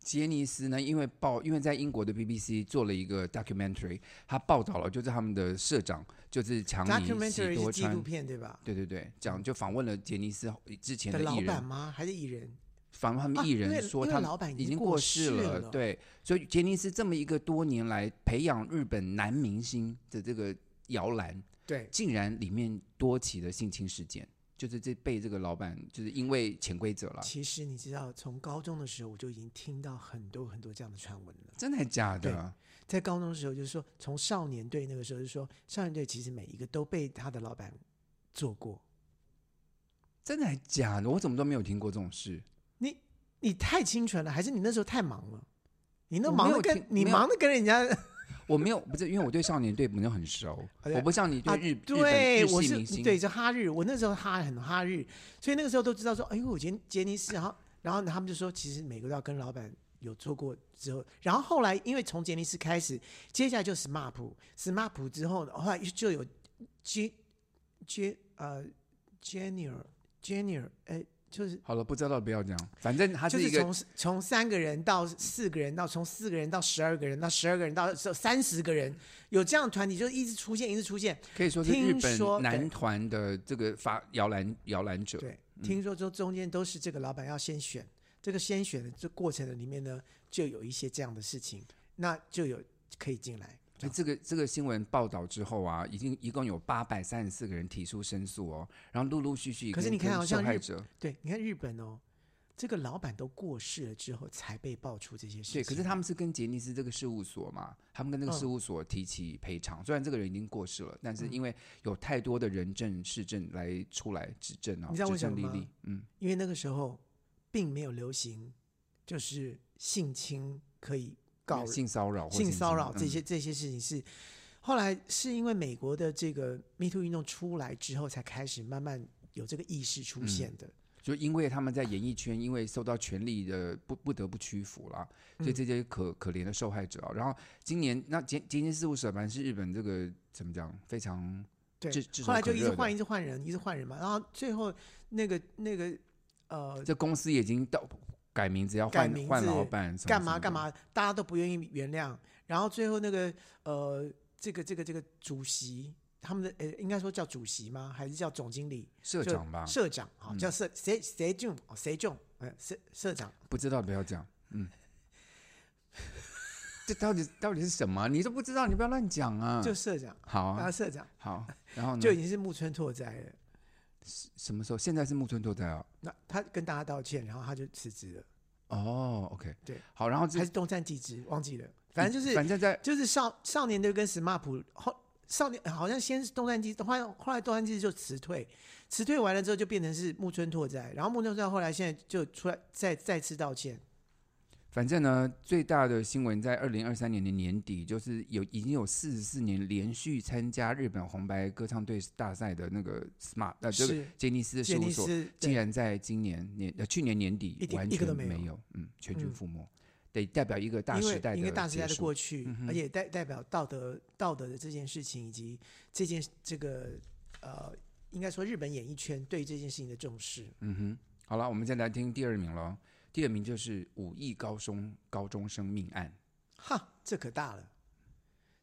S2: 杰尼斯呢，因为报，因为在英国的 BBC 做了一个 documentary，他报道了就是他们的社长就是强尼喜
S1: documentary
S2: 多
S1: 是纪录
S2: 川。
S1: 片对吧？
S2: 对对对，讲就访问了杰尼斯之前
S1: 的
S2: 的艺
S1: 老板
S2: 人，
S1: 吗？还是艺人？
S2: 访问他
S1: 啊
S2: 们艺
S1: 因为
S2: 人
S1: 因
S2: 说
S1: 为
S2: 他
S1: 老板
S2: 们
S1: 已
S2: 已
S1: 经
S2: 经
S1: 过
S2: 过
S1: 世
S2: 世
S1: 了
S2: 对，所以杰尼斯这么一个多年来培养日本男明星的这个摇篮，
S1: 对，
S2: 竟然里面多起了性侵事件，就是这被这个老板就是因为潜规则了，
S1: 其实你知道，从高中的时候我就已经听到很多很多这样的传闻了。
S2: 真的还假的？
S1: 在高中的时候，就是说从少年队那个时候，就是说少年队其实每一个都被他的老板做过。
S2: 真的还假的？我怎么都没有听过这种事。
S1: 你你太清纯了，还是你那时候太忙了？你那
S2: 我
S1: 忙
S2: 没
S1: 的
S2: 有
S1: 跟
S2: 听
S1: 你
S2: 没有
S1: 忙的跟人家，
S2: 我没有，不是因为我对少年队没有很熟，
S1: 哎呀
S2: 我不像你对日、
S1: 啊、对，
S2: 日本
S1: 我
S2: 日系
S1: 是
S2: 明星，
S1: 对，就哈日，我那时候哈很哈日，所以那个时候都知道说，哎呦，我杰杰尼斯，然后然后他们就说，其实每个都要跟老板有做过之后，然后后来因为从杰尼斯开始，接下来就 SMAP，SMAP 之后，后来就有 J J 呃 Junior Junior 哎，就是。
S2: 好了，不知道不要讲，反正他
S1: 就是
S2: 一
S1: 是
S2: 个。
S1: 从从三个人到四个人，到从四个人到十二个人，到十二个人到三十个人，有这样的团体就一直出现，一直出现。
S2: 可以说是日
S1: 听说
S2: 本男团的这个发摇篮摇篮者，
S1: 对，听说中中间都是这个老板要先选，这个先选的这过程的里面呢，就有一些这样的事情，那就有可以进来。
S2: 所以哎这个这个新闻报道之后啊，已经一共有八百三十四个人提出申诉哦，然后陆陆续续
S1: 可是
S2: 跟
S1: 你看
S2: 跟
S1: 好
S2: 受
S1: 像
S2: 害
S1: 日
S2: 者，
S1: 对，你看日本哦，这个老板都过世了之后才被爆出这些事情。
S2: 对，可是他们是跟杰尼斯这个事务所嘛，他们跟那个
S1: 嗯
S2: 事务所提起赔偿，虽然这个人已经过世了，但是因为有太多的人证事证来出来指证啊，
S1: 你知道为
S2: 指
S1: 什么
S2: 证莉
S1: 吗
S2: 莉嗯，
S1: 因为那个时候并没有流行，就是性侵可以告人。
S2: 性骚扰或
S1: 性骚
S2: 侵
S1: 扰这
S2: 嗯
S1: 些这些事情是，后来是因为美
S2: 嗯
S1: 国的这个 Me Too 运动出来之后，才开始慢慢有这个意识出现的。
S2: 就因为他们在演艺圈，因为受到权力的不不得不屈服啦，
S1: 嗯
S2: 所以这些可可怜的受害者啊。然后今年那杰杰尼斯事务所，反正是日本这个怎么讲，非常
S1: 对
S2: 炙炙，手
S1: 后来
S2: 可
S1: 就一直
S2: 热的
S1: 换，一直换人，一直换人嘛。然后最后那个那个呃，
S2: 这公司已经到改名字要
S1: 改
S2: 换
S1: 名
S2: 换
S1: 字
S2: 老板，
S1: 干嘛干，嘛，大家都不愿意原谅。然后最后那个呃，这个这个这个主席，他们的呃，应该说叫主席吗？还是叫总经理？
S2: 社
S1: 就
S2: 长吧，嗯
S1: 社长啊，叫社谁谁俊哦谁俊，呃，社社长。
S2: 不知道不要讲，嗯。 这到底到底是什么？啊你都不知道，你不要乱讲啊！
S1: 就社长，
S2: 好啊
S1: 然后社长
S2: 好，然后呢？
S1: 就已经是木村拓哉了。
S2: 什么时候？现在是木村拓哉啊。
S1: 那他跟大家道歉，然后他就辞职了，
S2: 哦，OK，
S1: 对，
S2: 好，然后这
S1: 还是东山纪之，忘记了，反正就是
S2: 反正在
S1: 就是少少年队跟 SMAP 后少年好像先是东山纪之，后来后来东山纪之就辞退，辞退完了之后就变成是木村拓哉，然后木村拓哉后来现在就出来再再次道歉，
S2: 反正呢，最大的新闻在二零二三年的年底，就是有已经有四十四年连续参加日本红白歌唱队大赛的那个 Smart 呃，这个
S1: 是
S2: 杰尼斯的事
S1: 杰
S2: 务
S1: 尼
S2: 所，
S1: 斯
S2: 竟
S1: 对
S2: 然在今年年呃去年年底
S1: 一点
S2: 完
S1: 一个
S2: 全
S1: 都没有
S2: 有，嗯，全军
S1: 嗯
S2: 覆没，得代表一个大
S1: 因
S2: 时
S1: 为
S2: 代的
S1: 因为大时代的
S2: 结束嗯
S1: 过去，而且代代表道德道德的这件事情，以及这件这个呃，应该说日本演艺圈对这件事情的重视。
S2: 嗯哼，好了，我们再来听第二名了。第二名就是五亿高中高中生命案，
S1: 哈，这可大了！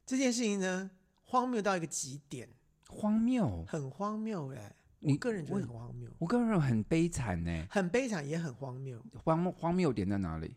S1: 这件事情呢，荒谬到一个极点，
S2: 荒谬！
S1: 很荒谬哎、
S2: 你
S1: 我个人觉
S2: 为
S1: 得很荒谬，
S2: 我个人认为很悲惨呢、
S1: 很悲惨，也很荒谬。
S2: 荒荒谬点在哪里？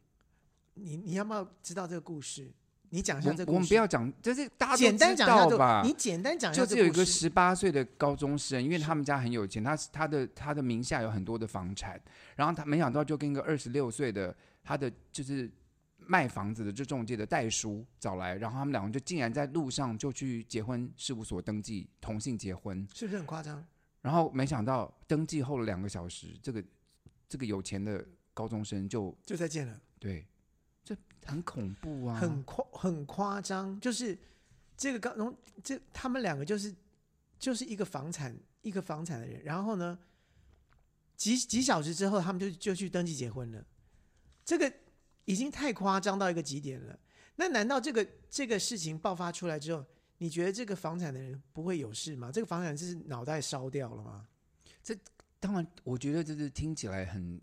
S1: 你你要不要知道这个故事？你讲一下
S2: 我
S1: 这个
S2: 们
S1: 故事。
S2: 我们不要讲，就是大家
S1: 简
S2: 都
S1: 单
S2: 知
S1: 讲一下
S2: 道
S1: 这个
S2: 吧
S1: 你。简单讲一下
S2: 就
S1: 这
S2: 只
S1: 个
S2: 有一
S1: 故
S2: 个
S1: 事
S2: 十八岁的高中生，因为他们家很有钱，他他的他的名下有很多的房产，然后他没想到就跟一个二十六岁的他的就是卖房子的这中介的代叔找来，然后他们两个就竟然在路上就去结婚事务所登记同性结婚，
S1: 是不是很夸张？
S2: 然后没想到登记后了两个小时，这个这个有钱的高中生就
S1: 就再见了。
S2: 对，这很恐怖啊，
S1: 很夸很夸张，就是这个高农这他们两个就是就是一个房产一个房产的人，然后呢，几几小时之后他们就就去登记结婚了，这个已经太夸张到一个极点了。那难道这个这个事情爆发出来之后，你觉得这个房产的人不会有事吗？这个房产是脑袋烧掉了吗？
S2: 当然，我觉得就是听起来很，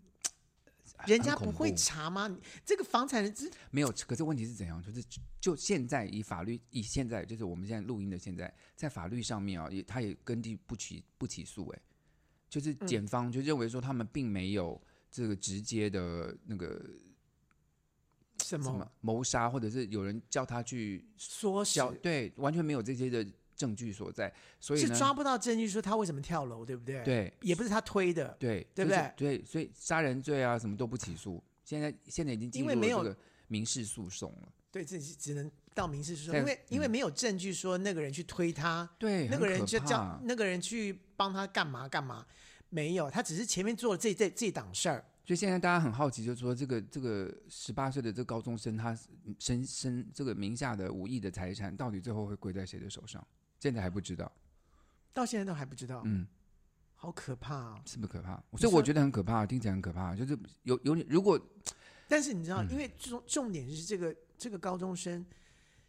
S1: 人家
S2: 哎很恐
S1: 不会
S2: 怖
S1: 查吗？你这个房产人这
S2: 没有。可是问题是怎样？就是就现在以法律以现在就是我们现在录音的现在，在法律上面啊、也他也根据不起不起诉哎、就是
S1: 嗯
S2: 检方就认为说他们并没有这个直接的那个
S1: 什
S2: 什么
S1: 么
S2: 谋杀，或者是有人叫他去
S1: 唆
S2: 小
S1: 使？
S2: 对，完全没有这些的证据所在，所以
S1: 是
S2: 呢，
S1: 抓不到证据说他为什么跳楼，对不对？，
S2: 对
S1: 也不是他推的，
S2: 对
S1: 对不
S2: 就是对，所以杀人罪啊什么都不起诉，现在现在已经进
S1: 因
S2: 入
S1: 为
S2: 了
S1: 没有
S2: 这个民事诉讼了。
S1: 对，自己只能到民事诉讼，
S2: 但
S1: 因为因为没有证据说那个人去推他，
S2: 对，
S1: 那
S2: 很
S1: 个人
S2: 可
S1: 就
S2: 怕
S1: 叫那个人去帮他干嘛干嘛，没有，他只是前面做了这这这档事儿，
S2: 所以现在大家很好奇，就是说这个这个十八岁的这个高中生，他身身这个名下的五亿的财产，到底最后会归在谁的手上？现在还不知道，
S1: 到现在都还不知道，
S2: 嗯，
S1: 好可怕啊！
S2: 是不是可怕？所
S1: 说
S2: 以我觉得很可怕，听起来很可怕。就是有有点，如果
S1: 但是你知道，
S2: 嗯
S1: 因为重重点是这个这个高中生，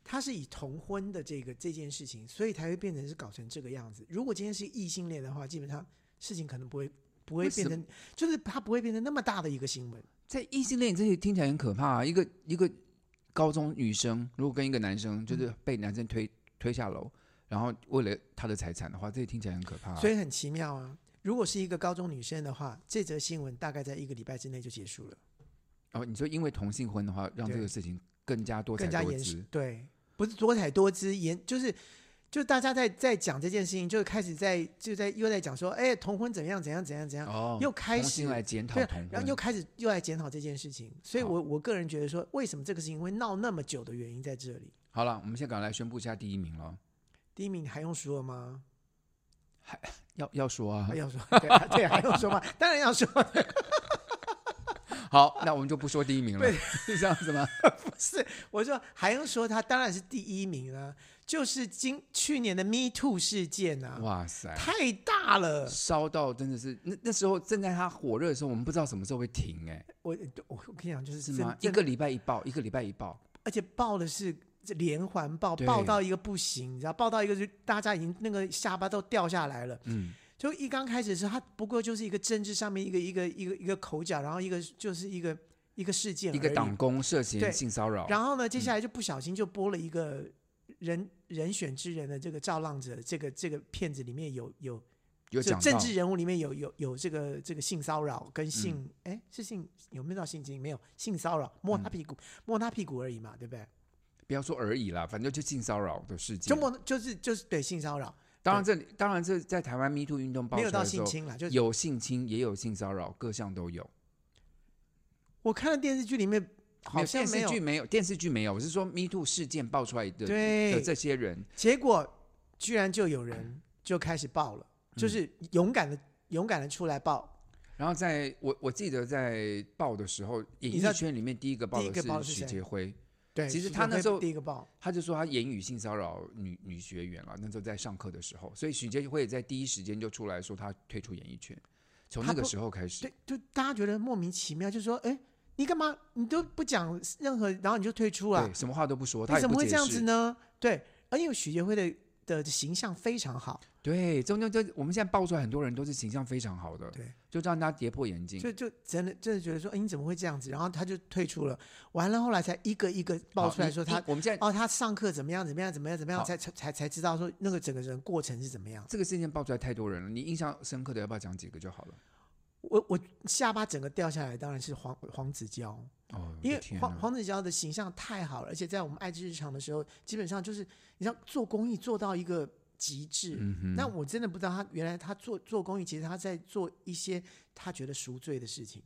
S1: 他是以同婚的这个这件事情，所以才会变成是搞成这个样子。如果今天是异性恋的话，基本上事情可能不会不会
S2: 为什
S1: 变
S2: 么
S1: 成，就是他不会变成那么大的一个新闻。
S2: 在异性恋这些听起来很可怕、啊，一个一个高中女生如果跟一个男生，就是
S1: 嗯
S2: 被男生推推下楼，然后为了他的财产的话，这听起来很可怕、啊。
S1: 所以很奇妙啊。如果是一个高中女生的话，这则新闻大概在一个礼拜之内就结束了，
S2: 哦，你说因为同性婚的话，让这个
S1: 对
S2: 事情更加多彩
S1: 更加
S2: 多
S1: 严实
S2: 姿。。
S1: 对，不是多彩多姿，严就是就大家在在讲这件事情，就开始在就在又在讲说，哎，同婚怎样怎样怎样怎样，
S2: 哦，
S1: 又开
S2: 重新
S1: 始
S2: 来检讨
S1: 对啊
S2: 同，
S1: 然
S2: 婚
S1: 后又开始又来检讨这件事情。所以
S2: 好
S1: 我我个人觉得说，为什么这个事情会闹那么久的原因在这里。
S2: 好了，我们先赶快来宣布一下第一名了。
S1: 第一名还用说 吗？
S2: 要要说啊
S1: 啊还，要说，对啊对啊，还用说吗？当然要说。
S2: 好，那我们就不说第一名了，是 这样子 吗？
S1: 不是，我说还用说他当然是第一名了、就是今去年的 Me Too 事件啊，
S2: 哇塞，
S1: 太大了。
S2: 烧到真的是那那时候正在它火热的时候，我们不知道什么时候会停、哎，
S1: 我我我跟你讲，就是
S2: 是
S1: 真
S2: 吗？一
S1: 真
S2: 个礼拜一报，一个礼拜一报，
S1: 而且报的是这连环报，
S2: 对
S1: 报到一个不行，你知道，报到一个就大家已经那个下巴都掉下来了。
S2: 嗯，
S1: 就一刚开始的时候，它不过就是一个政治上面一个一个一个一个口角，然后一个就是一个一个事件而已，
S2: 一个党工涉嫌
S1: 对
S2: 性骚扰，
S1: 然后呢，
S2: 嗯
S1: 接下来就不小心就播了一个人、人选之人的这个造浪者，这个这个片子里面有有
S2: 有
S1: 就
S2: 讲
S1: 政
S2: 到
S1: 治人物里面有有有这个这个性骚扰跟性
S2: 嗯
S1: 哎、是性有没有到性侵没有性骚扰摸他屁股、摸他屁股而已嘛，对不对？
S2: 不要说而已啦，反正就性骚扰的事
S1: 就
S2: 件。
S1: 摸就是就是对性骚扰
S2: 当然这里当然这在台湾 Me Too 运动爆
S1: 没
S2: 出
S1: 有
S2: 来
S1: 到
S2: 的时
S1: 性
S2: 候，
S1: 侵啦，就是
S2: 有性侵也有性骚扰，各项都有。
S1: 我看的电视剧里面好像
S2: 电
S1: 没
S2: 视
S1: 有，
S2: 剧没有，电视剧没有。我是说 Me Too 事件爆出来的
S1: 对
S2: 的这些人，
S1: 结果居然就有 人就开始爆了，
S2: 嗯
S1: 就是勇敢的勇敢的出来爆，
S2: 然后在我我记得在报的时候，演
S1: 知道
S2: 艺圈里面第一个报
S1: 第一个报
S2: 的
S1: 是
S2: 是许
S1: 谁
S2: 杰辉，
S1: 对，
S2: 其实
S1: 是
S2: 他那时候
S1: 第一个爆。
S2: 他就说他言语性骚扰女女学员啊，那时候在上课的时候，所以许杰辉也在第一时间就出来说他退出演艺圈，从
S1: 他
S2: 那个
S1: 不
S2: 时候开始
S1: 对，，就大家觉得莫名其妙，就说：“哎，你干嘛？你都不讲任何，然后你就退出了
S2: 对，，什么话都不说，他
S1: 你
S2: 也
S1: 啊怎
S2: 不
S1: 么会
S2: 解
S1: 这样
S2: 释
S1: 子呢？”对，而且许杰辉的的形象非常好，
S2: 对，中间就我们现在爆出来很多人都是形象非常好的，
S1: 对，
S2: 就让大家跌破眼镜，
S1: 就就真的真的觉得说：“哎，你怎么会这样子？”然后他就退出了。完了，后来才一个一个爆
S2: 好
S1: 出来
S2: 你
S1: 说
S2: 你
S1: 他
S2: 我们现在
S1: 哦，他上课怎么样，怎么样，怎么样，怎么样，
S2: 好
S1: 才才才才知道说那个整个人过程是怎么样。
S2: 这个事件爆出来太多人了，你印象深刻的要不要讲几个就好了？
S1: 我我下巴整个掉下来，当然是黄黄子佼。
S2: 哦，我
S1: 因
S2: 的
S1: 为
S2: 天
S1: 黄
S2: 哪
S1: 黄子佼的形象太好了，而且在我们爱之日常的时候，基本上就是你知道做公益做到一个极致。
S2: 嗯哼
S1: 那我真的不知道他原来他做做公益，其实他在做一些他觉得赎罪的事情，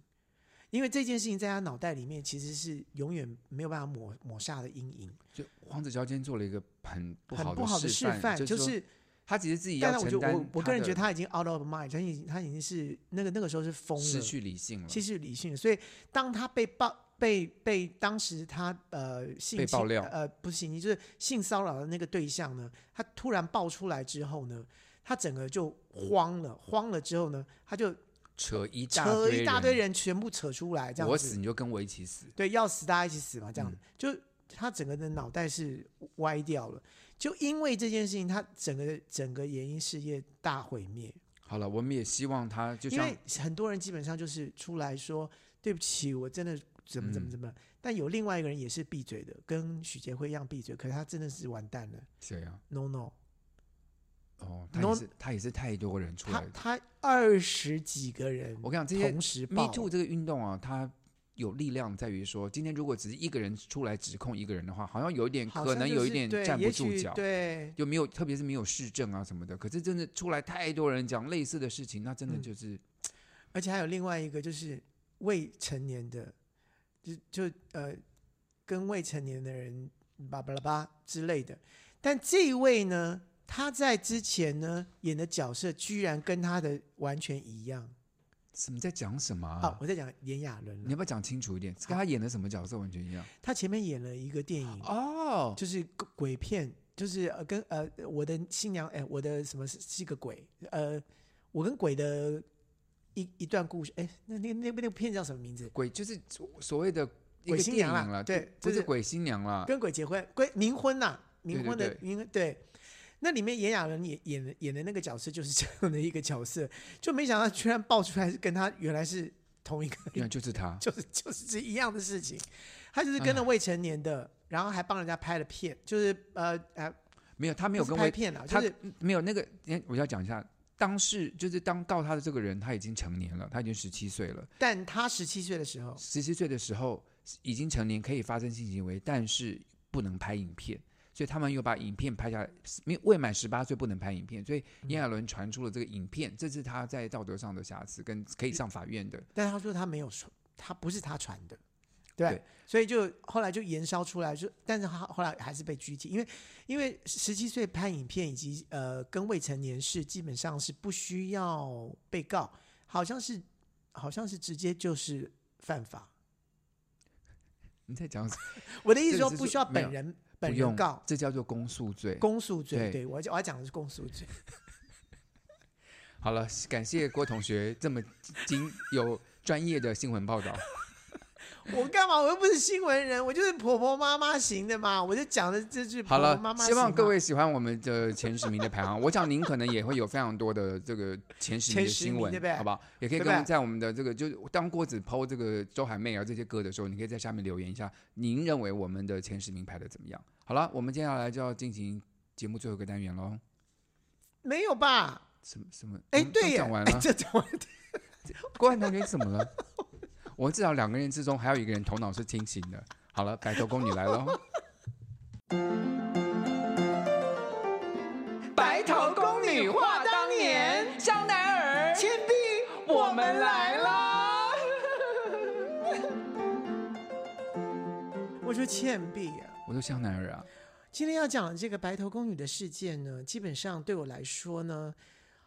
S1: 因为这件事情在他脑袋里面其实是永远没有办法抹抹煞的阴影，
S2: 就黄子佼今天做了一个很不
S1: 很
S2: 好
S1: 不好的
S2: 示
S1: 示范，就
S2: 说
S1: 是。
S2: 他其实自己
S1: 但
S2: 要
S1: 是我就
S2: 承担
S1: 我我个人
S2: 的
S1: 觉得他已经 out of mind，他已经他已经是那个那个时候是疯了，
S2: 失去理性了，
S1: 其实理性的，所以当他被爆被被当时他呃性
S2: 被
S1: 侵
S2: 爆料
S1: 呃不是性侵就是性骚扰的那个对象呢，他突然爆出来之后呢，他整个就慌了，慌了之后呢，他就
S2: 扯一大
S1: 扯
S2: 堆
S1: 一大堆，人全部扯出来，这样
S2: 我死
S1: 子，
S2: 你嗯就跟我一起死，
S1: 对，要死大家一起死嘛，这样子，就他整个的脑袋是歪掉了，就因为这件事情，他整个整个演艺事业大毁灭，
S2: 好了，我们也希望他就
S1: 因
S2: 像
S1: 为很多人基本上就是出来说对不起，我真的怎么怎么
S2: 嗯
S1: 怎么，但有另外一个人也是闭嘴的，跟许杰辉一样闭嘴，可是他真的是完蛋了
S2: 谁啊？
S1: ，no no，
S2: 哦，他
S1: 然
S2: 也
S1: 后
S2: 是他也是太多人出
S1: 他
S2: 来了。
S1: 他二十几个人
S2: 我跟你讲，这些
S1: 同时
S2: Me
S1: 爆
S2: Too 这个运动啊，它有力量在于说，今天如果只是一个人出来指控一个人的话，好像有一点
S1: 好
S2: 可
S1: 像
S2: 能
S1: 就
S2: 有一
S1: 是
S2: 点
S1: 对
S2: 站不
S1: 也
S2: 住
S1: 许
S2: 脚，
S1: 对。
S2: 就没有，特别是没有市政啊什么的。可是真的出来太多人讲类似的事情，那真的
S1: 嗯
S2: 就是
S1: 而且还有另外一个就是未成年的，就就呃跟未成年的人巴巴拉巴之类的。但这一位呢，他在之前呢演的角色居然跟他的完全一样。
S2: 什么在讲什么啊、
S1: 好，我在讲炎亚纶
S2: 你要
S1: 了。
S2: 不要讲清楚一点？跟他演的什么角色完全一样
S1: 他前面演了一个电影，
S2: 哦，
S1: 就是鬼鬼片，就是呃跟呃我的新娘，哎，我的什么是是一个鬼，呃，我跟鬼的一一段故事，哎，那那那部那部片叫什么名字？
S2: 鬼就是所谓的一
S1: 鬼
S2: 个
S1: 新
S2: 电
S1: 娘
S2: 影
S1: 啦
S2: 了，
S1: 对
S2: 就
S1: 就
S2: 不是
S1: 是
S2: 鬼新娘了，
S1: 跟鬼结婚，鬼冥婚呐、冥
S2: 啊对
S1: 婚的
S2: 对
S1: 冥婚对。那里面炎亚纶演演的演的那个角色就是这样的一个角色，就没想到居然爆出来是跟他原来是同一个，
S2: 原来就是他。
S1: 就是就是这一样的事情。他就是跟了未成年的，然后还帮人家拍了片，就是呃呃，
S2: 没有，他没有
S1: 不是
S2: 跟
S1: 拍
S2: 未
S1: 片啊，就
S2: 他
S1: 是
S2: 没有那个，哎我要讲一下，当事就是当告他的这个人，他已经成年了，他已经十七岁了。
S1: 但他十七岁的时候，
S2: 十七岁的时候已经成年，可以发生性行为，但是不能拍影片，所以他们又把影片拍下来，没有未满十八岁不能拍影片，所以
S1: 嗯
S2: 炎亚纶传出了这个影片，这是他在道德上的瑕疵，跟可以上法院的。
S1: 但他说他没有传，他不是他传的，对，
S2: 对
S1: 所以就后来就延烧出来，就但是他后来还是被拘禁，因为因为十七岁拍影片以及呃跟未成年是基本上是不需要被告，好像是好像是直接就是犯法，
S2: 你在讲什么？
S1: 我的意思
S2: 这
S1: 说
S2: 个是
S1: 不需要
S2: 说没有
S1: 本人
S2: 不
S1: 本
S2: 用
S1: 人告，
S2: 这叫做公诉罪。
S1: 公诉罪。
S2: 对
S1: 对我要我要讲的是公诉罪。
S2: 好了，感谢郭同学这么精有专业的新闻报道。
S1: 我干嘛？我又不是新闻人，我就是婆婆妈妈型的嘛，我就讲的这句婆
S2: 好
S1: 婆
S2: 了，
S1: 妈妈型嘛。
S2: 希望各位喜欢我们的前十名的排行。我 想您可能也会有非常多的这个前十名的
S1: 前十
S2: 新
S1: 名
S2: 闻，
S1: 对不对
S2: 好不好？也可以
S1: 对不
S2: 跟我们
S1: 对
S2: 在我们的这个，就是当郭子剖这个周海媚啊这些歌的时候，你可以在下面留言一下，您认为我们的前十名排的怎么样？好了，我们接下来就要进行节目最后一个单元喽。
S1: 没有吧？
S2: 什么什么？
S1: 哎，
S2: 我们都
S1: 对耶，
S2: 讲完
S1: 哎
S2: 了。
S1: 这讲完 了。
S2: 郭汉同学你怎么了？我至少两个人之中还有一个人头脑是清醒的。好了，白头公你来喽。
S6: 白头宫女话当年，香奈儿、倩碧，我们来啦！
S1: 我说倩碧啊，
S2: 我说香奈儿啊，
S1: 今天要讲这个白头宫女的事件呢，基本上对我来说呢，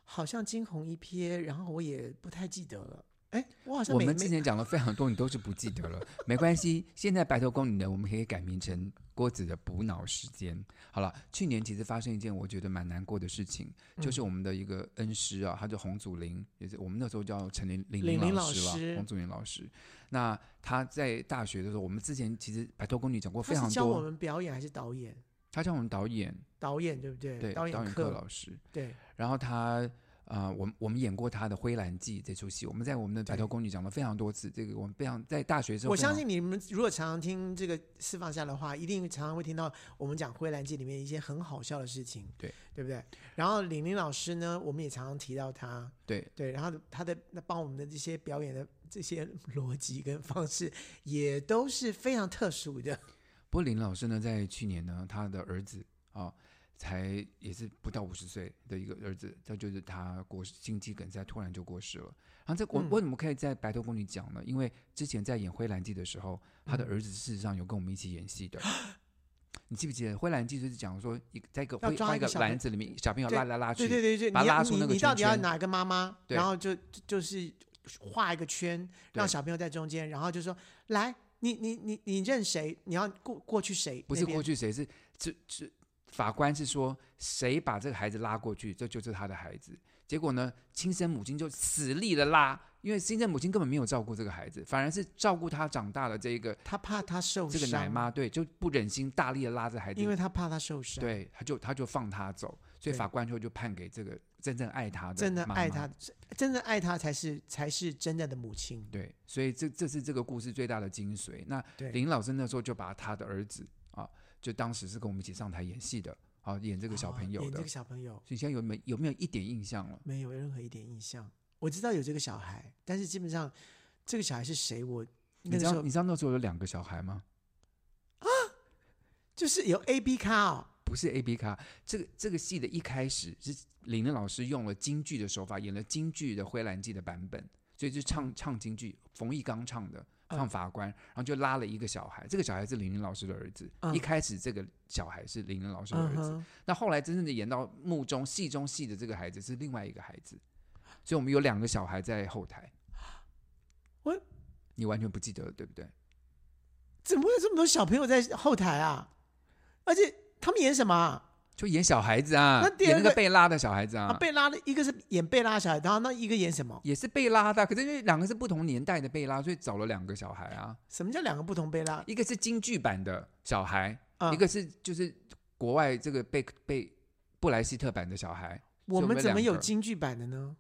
S1: 好像惊鸿一瞥，然后我也不太记得了。哎，我好像
S2: 我
S1: 没
S2: 们之
S1: 没
S2: 前讲了非常多，你都是不记得了，没关系。现在白头宫女呢，我们可以改名成郭子的补脑时间。好了，去年其实发生一件我觉得蛮难过的事情，就是
S1: 嗯
S2: 我们的一个恩师啊，他叫洪祖林，也是我们那时候叫陈林林
S1: 林林
S2: 老
S1: 老
S2: 师了，
S1: 师
S2: 洪祖林老师。那他在大学的时候，我们之前其实白头宫女讲过非
S1: 他
S2: 常
S1: 是教我
S2: 多，
S1: 们表演还是导演？
S2: 他叫我们导演，
S1: 导演对不对？
S2: 对，
S1: 导
S2: 导演
S1: 演
S2: 课
S1: 课
S2: 老师。
S1: 对，
S2: 然后他啊、呃我们我们演过他的《灰蓝记》这出戏，我们在我们的白头宫女讲了非常多次。这个我们非常在大学的时候，
S1: 我相信你们如果常常听这个私放下的话，一定常常会听到我们讲《灰蓝记》里面一些很好笑的事情，
S2: 对
S1: 对不对？然后李玲老师呢，我们也常常提到他，
S2: 对
S1: 对，然后他的那帮我们的这些表演的这些 逻辑跟方式，也都是非常特殊的。
S2: 不过林老师呢，在去年呢，他的儿子啊、才也是不到五十岁的一个儿子，他就是他过世，心肌梗塞突然就过世了。然后这我、
S1: 嗯
S2: 为什么可以在白头宫里讲呢？因为之前在演《灰蓝记》的时候，
S1: 嗯
S2: 他的儿子事实上有跟我们一起 演戏的。你记不记得《灰蓝记》就是讲说，一个在一个
S1: 要
S2: 灰
S1: 抓
S2: 放
S1: 一
S2: 一
S1: 个
S2: 个
S1: 小
S2: 篮
S1: 朋
S2: 子里面，小朋友
S1: 对
S2: 拉来拉
S1: 对
S2: 去，
S1: 对对对，
S2: 把它
S1: 你要
S2: 拉出那
S1: 你
S2: 个
S1: 你到
S2: 圈
S1: 底要
S2: 圈
S1: 哪个妈妈，
S2: 对
S1: 然后就就就是画一个圈，让小朋友在中间，然后就说来，你你你你认谁？你要过过去谁？
S2: 不是
S1: 那边
S2: 过去谁是这这法官是说谁把这个孩子拉过去，这就是他的孩子。结果呢，亲生母亲就死力的拉，因为亲生母亲根本没有照顾这个孩子，反而是照顾他长大的这一个
S1: 他怕他受
S2: 这
S1: 伤，
S2: 个奶妈，对，就不忍心大力的拉着孩子，
S1: 因为他怕他受伤，，
S2: 对，他就他就放他走，所
S1: 对
S2: 以法官就就判给这个真正爱他的
S1: 真的
S2: 妈
S1: 爱
S2: 妈
S1: 他，真的爱他才是才是真正的母亲。
S2: 对，所以这这是这个故事最大的精髓。那
S1: 对
S2: 林老师那时候就把他的儿子啊，就当时是跟我们一起上台演戏的啊，演这
S1: 这
S2: 个小朋友
S1: 哦演
S2: 的。
S1: 这个小朋友
S2: 所以现在有没有没有一点印象了？
S1: 没有任何一点印象，我知道有这个小孩，但是基本上这个小孩是谁，我
S2: 你
S1: 那个
S2: 知
S1: 时
S2: 道
S1: 候
S2: 你知道那时候有两个小孩吗？
S1: 就是有 A B 卡哦，
S2: 不是 A B 卡，这个这个戏的一开始是林林老师用了京剧的手法演了京剧的《灰蓝记》的版本，所以就唱唱京剧，冯玉刚唱的，
S1: 嗯
S2: 唱法官，然后就拉了一个小孩，这个小孩是林林老师的儿子，
S1: 嗯
S2: 一开始这个小孩是林林老师的儿
S1: 嗯
S2: 子，
S1: 哼，
S2: 那后来真正的演到幕中戏中戏的这个孩子是另外一个孩子，所以我们有两个小孩在后台。
S1: 我
S2: 你完全不记得了，对不对？
S1: 怎么会有这么多小朋友在后台啊？而且他们演什么啊？
S2: 就演小孩子啊
S1: 那，第
S2: 演
S1: 二
S2: 那个
S1: 个
S2: 被拉的小孩子啊，
S1: 啊，贝拉的一个是演贝拉小孩，然后那一个演什么？
S2: 也是被拉的，可是因为两个是不同年代的被拉，所以找了两个小孩啊，
S1: 什么叫两个不同贝拉？
S2: 一个是京剧版的小孩，
S1: 啊
S2: 一个是就是国外这个被被布莱希特版的小孩。
S1: 我
S2: 所以
S1: 们怎么
S2: 两
S1: 有
S2: 个
S1: 京剧版的呢？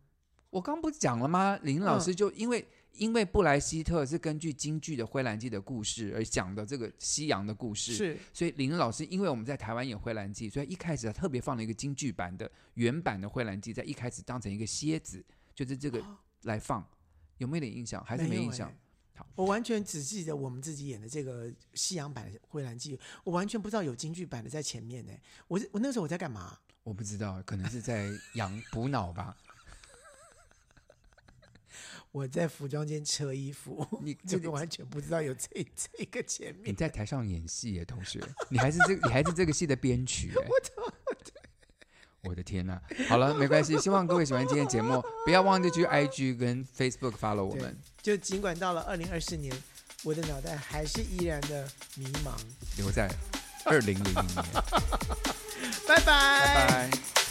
S2: 我刚不是讲了吗？林老
S1: 嗯
S2: 师就因为、因为布莱希特是根据京剧的《灰蓝记》的故事而讲的这个西洋的故事，
S1: 是
S2: 所以林老师因为我们在台湾演《灰蓝记》，所以一开始他特别放了一个京剧版的原版的《灰蓝记》，在一开始当成一个蝎子，就是这个来放，有没有点印象？还是没
S1: 哦有
S2: 印
S1: 欸
S2: 象？
S1: 我完全只记得我们自己演的这个西洋版的《灰蓝记》，我完全不知道有京剧版的在前面呢、我我那时候我在干嘛？
S2: 我不知道，可能是在养补脑吧。
S1: 我在服装间车衣服，
S2: 你
S1: 这
S2: 这
S1: 个
S2: 个
S1: 完全不知道有这 这个前
S2: 你
S1: 面。
S2: 在台上演戏耶，同学，你还是这你还是这个戏的编曲耶。我的天呐、好了，没关系，希望各位喜欢今天的节目，不要忘记去 IG 跟 Facebook follow 我
S1: 对
S2: 们。
S1: 就尽管到了二零二四年，我的脑袋还是依然的迷茫。
S2: 留在二零零零年，
S1: 拜拜。
S2: 拜拜。